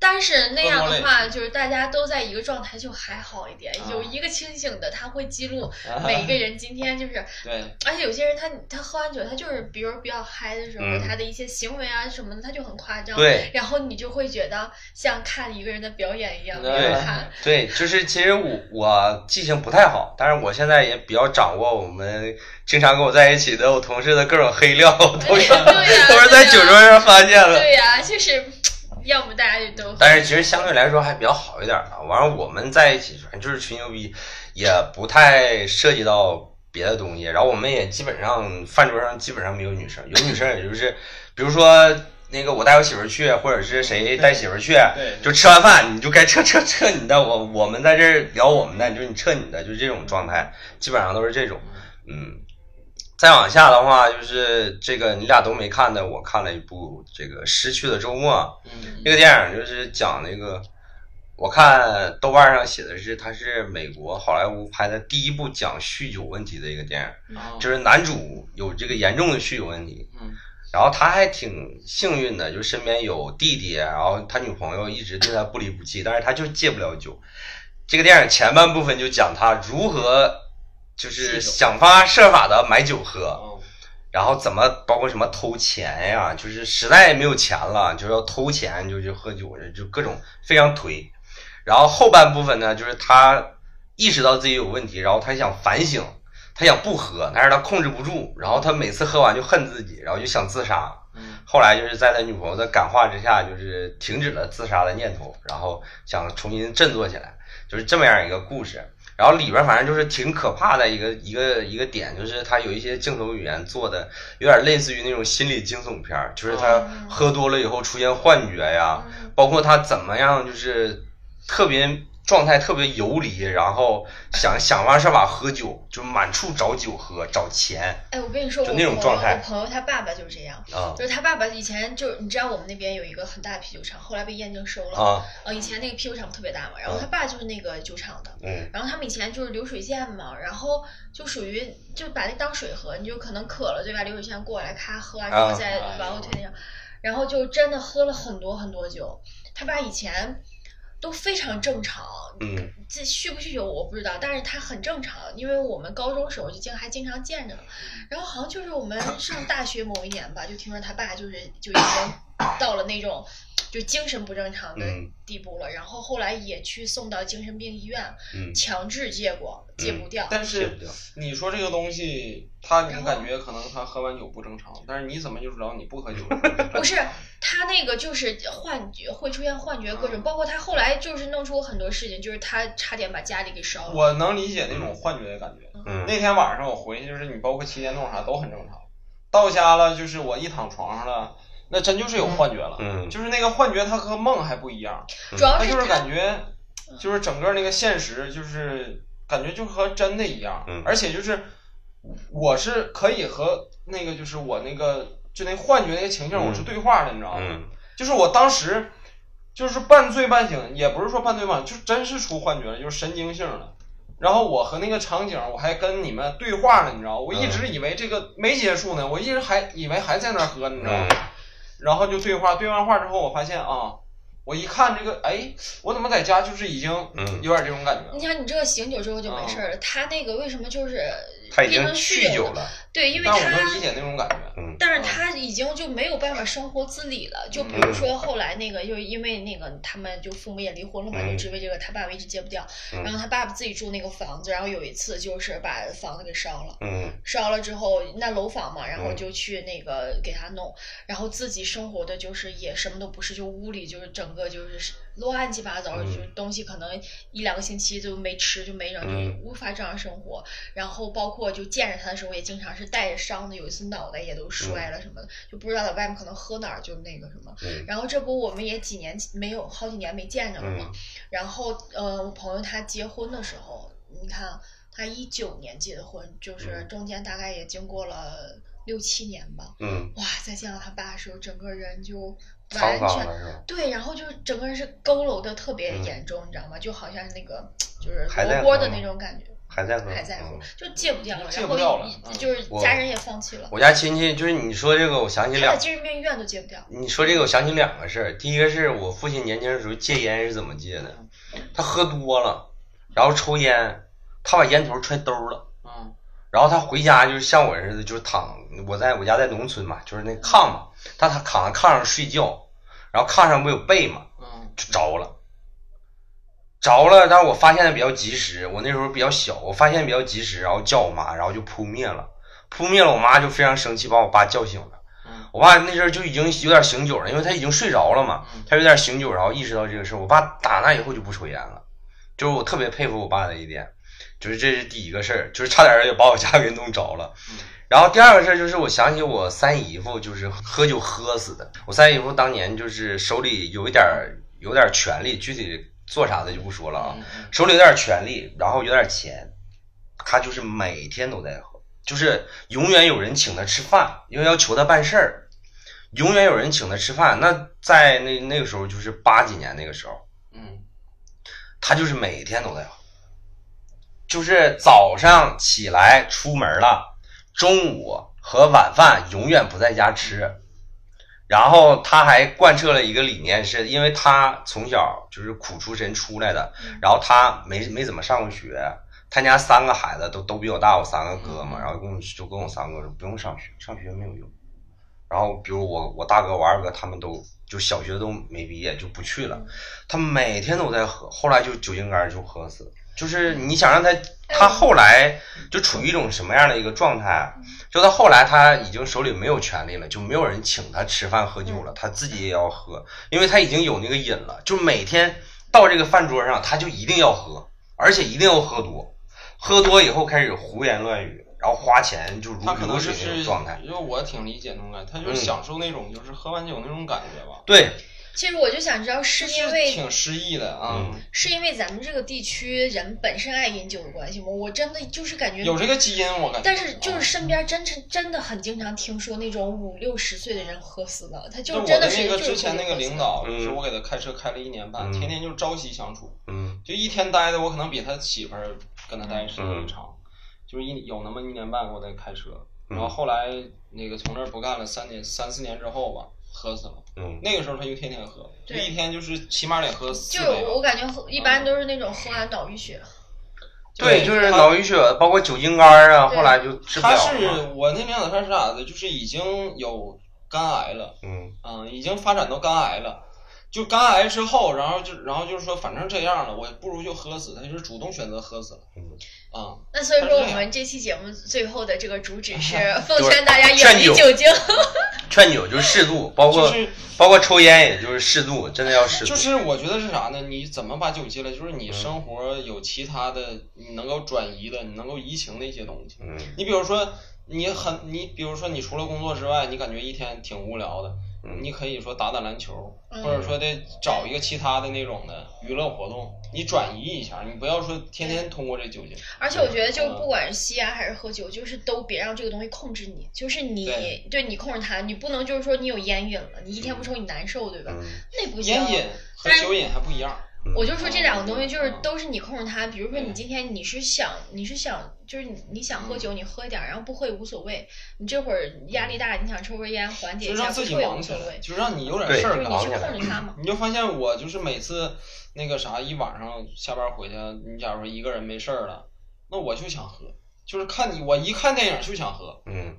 但是那样的
多
话，就是大家都在一个状态，就还好一点。
啊
有一个清醒的，他会记录每个人今天就是，
对，
而且有些人他他喝完酒，他就是比如比较嗨的时候，
嗯
他的一些行为啊什么的，他就很夸张。
对
然后你就会觉得像看一个人的表演一样
对
没有看。
对，就是其实我我记性不太好，但是我现在也比较掌握我们经常跟我在一起的我同事的各种黑料，都是、
哎对 呀
都是在酒桌上发现了。
对呀、就是要么大家就都
但是其实相对来说还比较好一点啊。完了，我们在一起反正就是吹牛逼，也不太涉及到别的东西。然后我们也基本上饭桌上基本上没有女生，有女生也就是比如说那个我带我媳妇儿去，或者是谁带媳妇儿去，
对，
就吃完饭你就该撤撤撤你的，我我们在这儿聊我们的，就是你撤你的，就是这种状态，基本上都是这种。嗯，再往下的话就是这个你俩都没看的，我看了一部这个《失去的周末》。
嗯，
这个电影就是讲那个，我看豆瓣上写的是，它是美国好莱坞拍的第一部讲酗酒问题的一个电
嗯
影，
啊
就是男主有这个严重的酗酒问题，
嗯
然后他还挺幸运的，就身边有弟弟，然后他女朋友一直对他不离不弃，但是他就戒不了酒。这个电影前半部分就讲他如何就是
酗酒
想方设法的买酒喝，
哦
然后怎么包括什么偷钱呀、就是实在没有钱了，就要偷钱，就就喝酒，就各种非常颓。然后后半部分呢，就是他意识到自己有问题，然后他想反省，他想不喝，但是他控制不住，然后他每次喝完就恨自己，然后就想自杀。
嗯
后来就是在他女朋友的感化之下，就是停止了自杀的念头，然后想重新振作起来，就是这么样一个故事。然后里边反正就是挺可怕的一个一个一个点，就是他有一些镜头语言做的有点类似于那种心理惊悚片儿，就是他喝多了以后出现幻觉呀，
嗯
包括他怎么样就是特别状态特别游离，然后想想方设法喝酒，就满处找酒喝找钱
哎，我跟你说，
就
我
那种
朋
状
友
态
我朋友他爸爸就是这样，
啊
就是他爸爸以前就是你知道我们那边有一个很大的啤酒厂，后来被燕京收了。
啊
呃，以前那个啤酒厂特别大嘛，然后
嗯
他爸就是那个酒厂的。
嗯
然后他们以前就是流水线嘛，然后就属于就把那当水喝，你就可能渴了对吧？流水线过来咔喝啊，然后
啊
再
哎
往后推那样，然后就真的喝了很多很多酒。他爸以前都非常正常，
嗯
这酗不酗酒我不知道，但是他很正常，因为我们高中时候就经还经常见着。
嗯
然后好像就是我们上大学某一年吧，就听说他爸就是就已经到了那种就精神不正常的
嗯
地步了，然后后来也去送到精神病医院，
嗯，
强制戒过，戒不掉。
嗯但是
对
你说这个东西，他
然
你
后
感觉可能他喝完酒不正常，但是你怎么就知道你不喝酒？
不是他那个就是幻觉，会出现幻觉各种，
嗯
包括他后来就是弄出很多事情，就是他差点把家里给烧了。
我能理解那种幻觉的感觉。
嗯
那天晚上我回去，就是你包括骑电动啥都很正常。到家了，就是我一躺床上了，那真就是有幻觉了。
嗯
就是那个幻觉，它和梦还不一样，
主要
它
是
就是
他
感觉，就是整个那个现实，就是感觉就和真的一样。
嗯
而且就是，我是可以和那个就是我那个就那幻觉那个情境，
嗯
我是对话的，你知道吗？
嗯
就是我当时就是半醉半醒，也不是说半醉半醒，就真是出幻觉了，就是神经性了。然后我和那个场景，我还跟你们对话呢，你知道吗，我一直
嗯
以为这个没结束呢，我一直还以为还在那儿喝，你知道吗
嗯？
然后就对话，对完话之后，我发现啊，我一看这个，哎，我怎么在家就是已经
嗯
有点这种感觉了
你想，你这个醒酒之后就没事儿了。他那个为什么就是
他已
变
经
成
酗酒
了？
了，
对，因为
但
他
我能理解那种感觉。
嗯嗯
但是他已经就没有办法生活自理了。就比如说后来那个，就是因为那个他们就父母也离婚了嘛，
嗯
就因为这个他爸爸一直戒不掉，
嗯
然后他爸爸自己住那个房子，然后有一次就是把房子给烧了。
嗯
烧了之后，那楼房嘛，然后
嗯
就去那个给他弄，然后自己生活的就是也什么都不是，就屋里就是整个就是乱七八糟，
嗯
就是东西可能一两个星期就没吃就没扔，
嗯
就无法正常生活。然后包括就见着他的时候，也经常是带着伤的，有一次脑袋也都摔了什么的，就不知道在外面可能喝哪儿就那个什么。
嗯
然后这不我们也几年没有好几年没见着了嘛，
嗯
然后呃，我朋友他结婚的时候，你看他一九年结的婚，就是
嗯
中间大概也经过了六七年吧。
嗯，
哇，再见到他爸的时候，整个人就
沧
完
桑
全
了是吧？
对，然后就是整个人是佝偻的特别严重，你知道吗？就好像是那个就是
还在
罗锅的
喝吗
那种感觉，
还在喝，
还在
嗯
乎，就戒不掉了，
戒不掉了
然后
嗯
一就是
我
家人也放弃了，
我家亲戚就是你说这个，我想起
他
两
的，精神病院都戒不掉。
你说这个我想起两个事儿。第一个是我父亲年轻的时候戒烟是怎么戒的？他喝多了，然后抽烟，他把烟头揣兜了。
嗯
然后他回家就是像我似的，就是躺我在我家在农村嘛，就是那炕嘛，他他躺在炕上睡觉，然后炕上不有被嘛，
嗯
就着了，着了。但是我发现的比较及时，我那时候比较小，我发现比较及时，然后叫我妈，然后就扑灭了，扑灭了，我妈就非常生气，把我爸叫醒了。
嗯
我爸那阵儿就已经有点醒酒了，因为他已经睡着了嘛
嗯，
他有点醒酒，然后意识到这个事儿。我爸打那以后就不抽烟了，就是我特别佩服我爸的一点，就是这是第一个事儿，就是差点儿也把我家给弄着了。
嗯
然后第二个事儿就是，我想起我三姨夫就是喝酒喝死的。我三姨夫当年就是手里有一点儿有点儿权利，具体做啥的就不说了啊，
嗯嗯
手里有点权利，然后有点钱，他就是每天都在喝，就是永远有人请他吃饭，因为要求他办事儿，永远有人请他吃饭。那在那那个时候就是八几年那个时候，
嗯
他就是每天都在喝，就是早上起来出门了，中午和晚饭永远不在家吃。然后他还贯彻了一个理念，是因为他从小就是苦出身出来的，然后他没没怎么上过学，他家三个孩子都都比我大，我三个哥嘛，然后跟我就跟我三个说不用上学，上学没有用。然后比如我我大哥我二哥他们都就小学都没毕业就不去了，他每天都在喝，后来就酒精肝就喝死了。就是你想让他，他后来就处于一种什么样的一个状态？啊就他后来他已经手里没有权利了，就没有人请他吃饭喝酒了，他自己也要喝，因为他已经有那个瘾了，就每天到这个饭桌上他就一定要喝，而且一定要喝多，喝多以后开始胡言乱语，然后花钱就如
他可能
流
就
水那
是，
种状态。
因为我挺理解那种感觉，他就
嗯
是享受那种就是喝完酒那种感觉吧，
对，
其实我就想知道，是
就
因
是
为
挺失意的啊，
嗯
是因为咱们这个地区人本身爱饮酒的关系吗？我真的就是感觉
有这个基因我感觉。
但是就是
啊
身边真真真的很经常听说那种五六十岁的人喝死的，他
就
就
我
真
的
的是
那个
就是
之前那个领导，
嗯
就是我给他开车开了一年半，
嗯
天天就朝夕相处，
嗯
就一天待的我可能比他媳妇儿跟他待时
嗯
间长，就是一有那么一年半给我在开车，
嗯
然后后来那个从那儿不干了三年三四年之后吧，喝死了。
嗯，
那个时候他就天天喝，就
对
一天就是起码得喝四
就
杯
我
吧。
感觉喝一般都是那种喝完脑淤血，
嗯
对，就是
他
脑淤血，包括酒精肝啊，
对
后来就治不
他
了
是
了嘛。
我那领导他是咋的？就是已经有肝癌了，
嗯
嗯，已经发展到肝癌了。就肝癌之后，然后就然后就是说，反正这样了，我不如就喝死。他就是主动选择喝死了。
嗯
啊、
那所以说
他是这
我
样
们这期节目最后的这个主旨 是奉劝大家
劝
远离
酒
酒精。
劝酒就适度，包括、
就是
包括抽烟，也就是适度，真的要适度。
就是，我觉得是啥呢？你怎么把酒戒了？就是
嗯
你生活有其他的，你能够转移的，你能够移情的一些东西。
嗯
你比如说，你很你比如说，你除了工作之外，你感觉一天挺无聊的，
嗯
你可以说打打篮球，
嗯
或者说得找一个其他的那种的娱乐活动，你转移一下，你不要说天天通过这酒精。
而且我觉得，
嗯
就不管是吸烟还是喝酒，就是都别让这个东西控制你，就是你
对
对你控制它，你不能就是说你有烟瘾了，你一天不抽你难受，对吧？
嗯
那不行。
烟瘾和酒瘾还不一样。
我就说这两个东西就是
嗯
都是你控制它，比如说你
对
今天你是想你是想就是你你想喝酒你喝一点儿，然后不喝也无所谓。你这会儿压力大，你想抽根烟缓解
就
一
让
下，不
自己
抽也无
忙起
所
来，
谓。
就让你有点
对
事
就
儿
是你
干
忙
去
起来
控制它 嘛。
你就发现我就是每次那个啥，一晚上下班回家，你假如说一个人没事儿了，那我就想喝，就是看你我一看电影就想喝，
嗯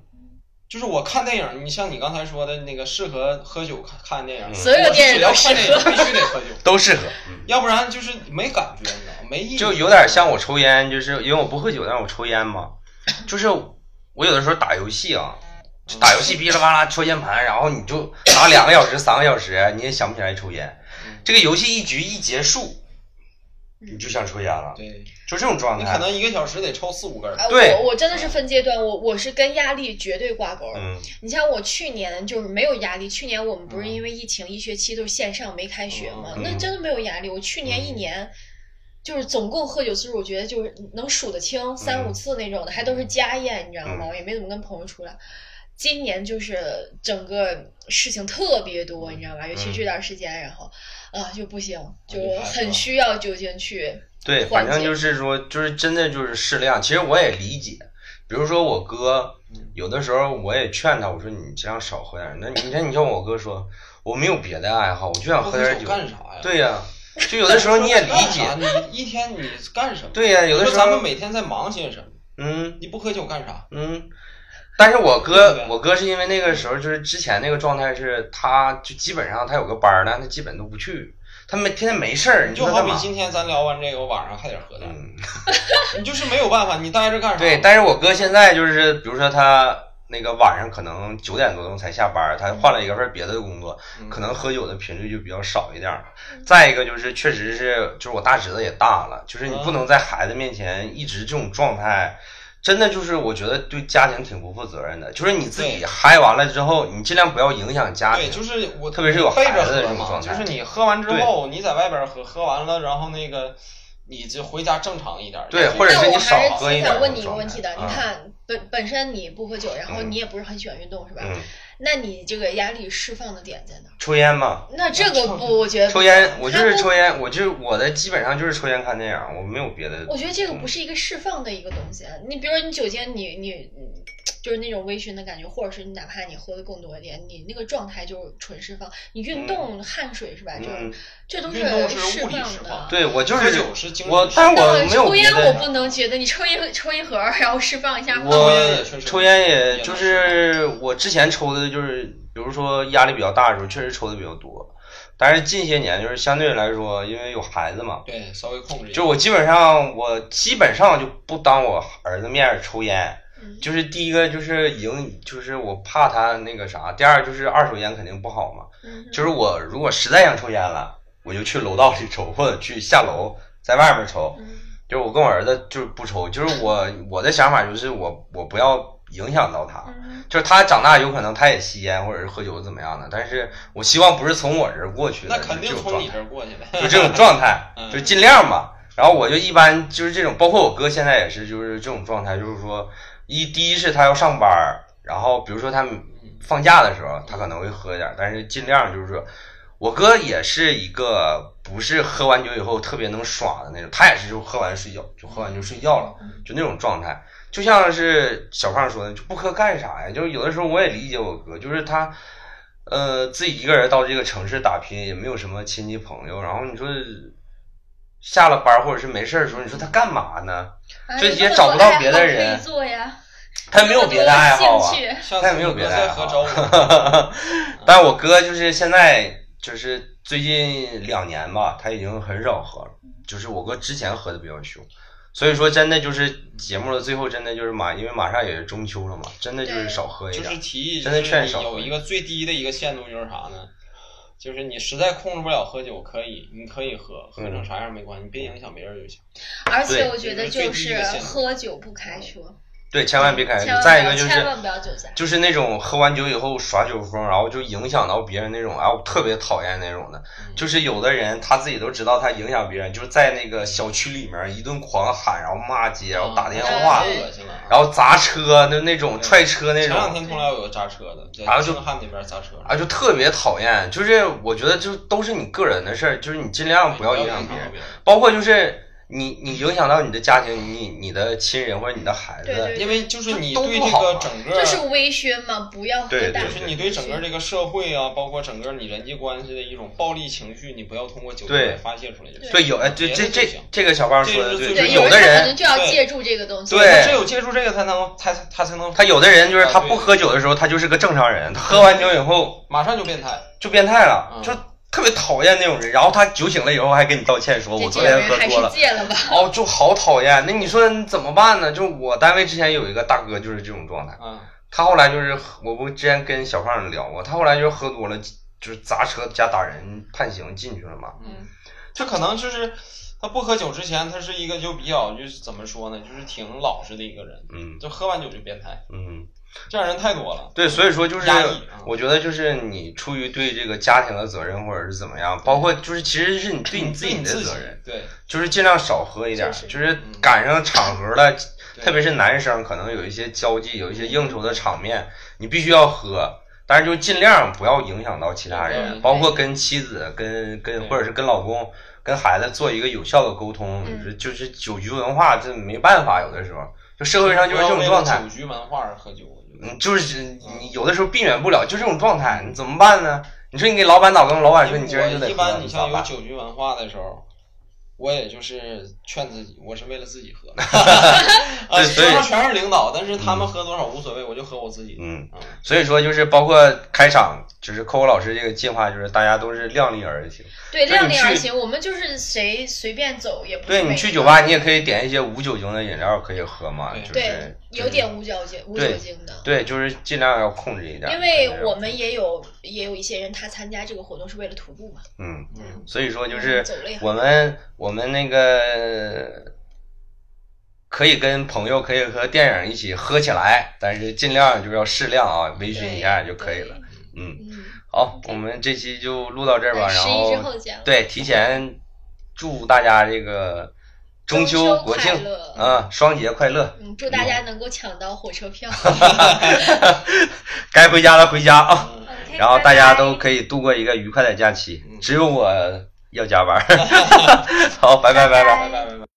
就是我看电影，你像你刚才说的那个适合喝酒看看电
嗯
影，
所有
我
电影
只要
都适
看电影
合
必须得喝酒，
都适合，嗯
要不然就是没感觉，你知道吗没意义，
就有点像我抽烟，就是因为我不喝酒，但是我抽烟嘛，就是我有的时候打游戏啊，就打游戏噼里啪啦敲键盘，然后你就打两个小时、三个小时，你也想不起来抽烟
嗯。
这个游戏一局一结束，你就想抽烟了，
对，
就这种状
你
态。
可能一个小时得抽四五根儿，
哎，
对
我我真的
嗯
是分阶段，我我是跟压力绝对挂钩。
嗯
你像我去年就是没有压力，去年我们不是因为疫情一学期都是线上没开学嘛，
嗯
那真的没有压力。我去年一年。就是总共喝酒次数，我觉得就是能数得清三五次那种的，还都是家宴，你知道吗？
嗯
我也没怎么跟朋友出来。今年就是整个事情特别
嗯
多，你知道吧？尤其这段时间，然后啊就不行，就
啊
很需要酒精去。
对，
缓
反
解
正就是说，就是真的就是适量。其实我也理解，比如说我哥，
嗯
有的时候我也劝他，我说你这样少喝点儿。那你看，你像我哥说，我没有别的爱好，我就想喝点儿酒。
干啥呀？
对呀、就有的时候你也理解。
干啥你一天你干什么？
对呀、有的
你
时
说
候
咱们每天在忙些什么？
嗯
你不喝酒干啥？
嗯。但是我
对
哥，
吧
我哥是因为那个时候就是之前那个状态是，他就基本上他有个班儿呢，他基本都不去，他没天天没事儿，你
就
说他
好比
干嘛？
今天咱聊完这个，我晚上还得喝点儿，
嗯，
你就是没有办法，你待着干啥？
对，但是我哥现在就是，比如说他那个晚上可能九点多钟才下班儿，他换了一个份儿别的工作，
嗯
可能喝酒的频率就比较少一点儿。
嗯
再一个就是，确实是，就是我大侄子也大了，就是你
嗯
不能在孩子面前一直这种状态。真的就是，我觉得对家庭挺不负责任的。就是你自己
对
嗨完了之后，你尽量不要影响家
对，
庭。
就是我，
特别是有
背着
孩子的
喝
这种
嘛，
状
就
态
是你喝完之后，你在外边喝，喝完了，然后那个你就回家正常一点。
对
就是
或者
那
是
我
你少
还是
喝一
挺
点
想
儿
问
这
你一个
种
问
状
题
态
的，你
啊
看本本身你不喝酒，然后
嗯
你也不是很喜欢运动，是吧？
嗯，
那你这个压力释放的点在哪儿？
抽烟嘛，
那
啊
这个不，我觉得
抽烟，我就
他
是
不
抽烟，我就是我的基本上就是抽烟看电影，我没有别的。
我觉得这个
嗯
不是一个释放的一个东西。啊你比如说你酒精，你你嗯就是那种微醺的感觉，或者是你哪怕你喝的更多一点，你那个状态就是纯释放。你运动、汗水是吧？就、
嗯，
这都
运动是
释
物理释
的
放。
对我就
喝
是
酒是精神
我，但
上
但
我没有
抽
别
烟，我
的。
不能觉得你抽一抽一盒，然后释放一下放
抽烟也
我
确实
抽烟也
也
就
能
是我之前抽的，就是比如说压力比较大的时候，确实抽的比较多。但是近些年就是相对来说，因为有孩子嘛，
对，稍微控制一
就是
下。
我基本上我基本上就不当我儿子面儿抽烟，
嗯
就是第一个就是影，就是我怕他那个啥，第二就是二手烟肯定不好嘛。
嗯哼
就是我如果实在想抽烟了，我就去楼道里抽，或者去下楼在外面抽。
嗯
就是我跟我儿子就是不抽，就是我我的想法就是我我不要影响到他，
嗯
就是他长大有可能他也吸烟或者是喝酒怎么样的，但是我希望不是从我这儿过去的，
那肯定
就
从你
这
这
种
儿过去的。
状态，就这种状态
嗯，
就尽量吧。然后我就一般就是这种，包括我哥现在也是，就是这种状态，就是说一第一是他要上班儿，然后比如说他放假的时候，他可能会喝一点儿，但是尽量就是说，我哥也是一个不是喝完酒以后特别能耍的那种，他也是就喝完睡觉，就喝完就睡觉了，就那种状态，就像是小胖说的，就不喝干啥呀？就是有的时候我也理解我哥，就是他。呃，自己一个人到这个城市打拼，也没有什么亲戚朋友。然后你说下了班儿或者是没事儿的时候，你说他干嘛呢？
啊
这
你
也
那么
找
多
不到
爱
别
好
的
可以
人
做呀，
他没有别的爱好啊
兴。趣
他
下次
也没有
你
别
哥
的爱
再喝找
好
我。
但我哥就是现在就是最近两年吧，他已经很少喝了。就是我哥之前喝的比较凶，所以说真的就是节目的最后，真的就是马，因为马上也是中秋了嘛，真的就是少喝一
就是
点。
提议，就
真的
是
劝
你
少
有一个最低的一个限度就是啥呢？就是你实在控制不了喝酒，可以，你可以喝，喝
嗯
成啥样没关系，你别影响别人就行。
而且
对
我觉得
这是
就
最低
是
的限度
喝酒不开车，
对，千万别开
千万
嗯再一
不
个
要
就是
千万不要酒驾。
就是那种喝完酒以后耍酒疯，然后就影响到别人那种，哎，我特别讨厌那种的。
嗯
就是有的人他自己都知道他影响别人，就是在那个小区里面一顿狂喊，然后骂街，然后打电话
啊
嗯
太，恶心了啊。
然后砸车，那那种踹车那
前
种，
两天通辽有个砸车的，在
然后就
青汉那边砸车了。
啊，就特别讨厌。就是我觉得就都是你个人的事儿，就是你尽量不要影响别人，
人，
包括就是你你影响到你的家庭，你你的亲人或者你的孩
对对
子，
因为就是你
都
对
不
这
好
个
嘛
整个，
就是微醺嘛，不要喝
嗯对
大。
对
就是你对整个这个社会啊，包括整个你人际关系的一种暴力情绪，你不要通过酒精
对
来发泄出来就行。
对有哎，对
别
这
的
这
就行
这个小胖说的
这就是
对，就是
最
对，
重
有
要
的
人他
人
可能就要
对
借助这个东西。
对
他只有借助这个才能，他他才能，
他有的人就是
啊
他
对
不喝酒的时候，他就是个正常人，他喝完酒以后
马上就变态。
就变态了，
嗯
就特别讨厌那种人。然后他酒醒了以后还跟你道歉说，
这
我
这
昨
种
天喝
人还
多
是
了。
戒了吧。
哦，就好讨厌。那你说你怎么办呢？就我单位之前有一个大哥就是这种状态，
嗯，
他后来就是喝我不之前跟小胖聊过，他后来就是喝多了，就是砸车加打人，判刑进去了嘛。
嗯，他可能就是他不喝酒之前，他是一个就比较就是怎么说呢，就是挺老实的一个人，
嗯
就喝完酒就变态，
嗯，
这样人太多了。
对，所以说就是
压抑啊
我觉得就是你出于对这个家庭的责任或者是怎么样，包括就是其实是你对你自己嗯
你
的
自己
责任。，
对
就是尽量少喝一点儿，
就是
就是赶上场合了，
对
特别是男生，可能有一些交际、有一些应酬的场面，你必须要喝，但是就尽量不要影响到其他人，
嗯
包括跟妻子、跟跟
对
或者是跟老公、跟孩子做一个有效的沟通。
嗯
就是就是酒局文化，这没办法，有的时候就社会上就是这
不
种
要
状
为了
态。
酒局文化而喝酒，我觉得。
嗯，就是你有的时候避免不了，就这种状态，你怎么办呢？你说你给老板打工，老板说你今儿就
我
得
一
喝，
般你
你咋
像有
办？
酒局文化的时候，我也就是劝自己，我是为了自 己喝。啊，
对所以
桌上全是领导，但是他们喝多少无所谓，我就喝我自己。
嗯，
嗯，
所以说就是包括开场，就是扣扣老师这个计划，就是大家都是量力而行。
对，
就是
量
你
力而
去
行。我们就是谁随便走也不
对
是
你
每
去
个
酒吧，你也可以点一些无酒精的饮料可以喝嘛，
对
就是
对
就是
有点无酒精无
对
酒精的，
对，就是尽量要控制一点。
因为我们也有也有一些人他参加这个活动是为了徒步嘛，
嗯，
嗯
所以说就是
走累
我们我们那个可以跟朋友可以和电影一起喝起来，但是尽量就是要适量啊，微醺一下就可以了。。嗯，
对嗯，
好，我们这期就录到这儿吧。
那
然
十一之
后
后讲。
对，提前祝大家这个中
中秋
秋、国庆
快乐
啊、双节快乐，
嗯，祝大家能够抢到火车 票。
该回家的回家啊。
嗯
然后大家都
以。
可以度过一个愉快的假期
嗯，
只有我要加班儿。好，拜拜拜拜。
拜拜拜拜。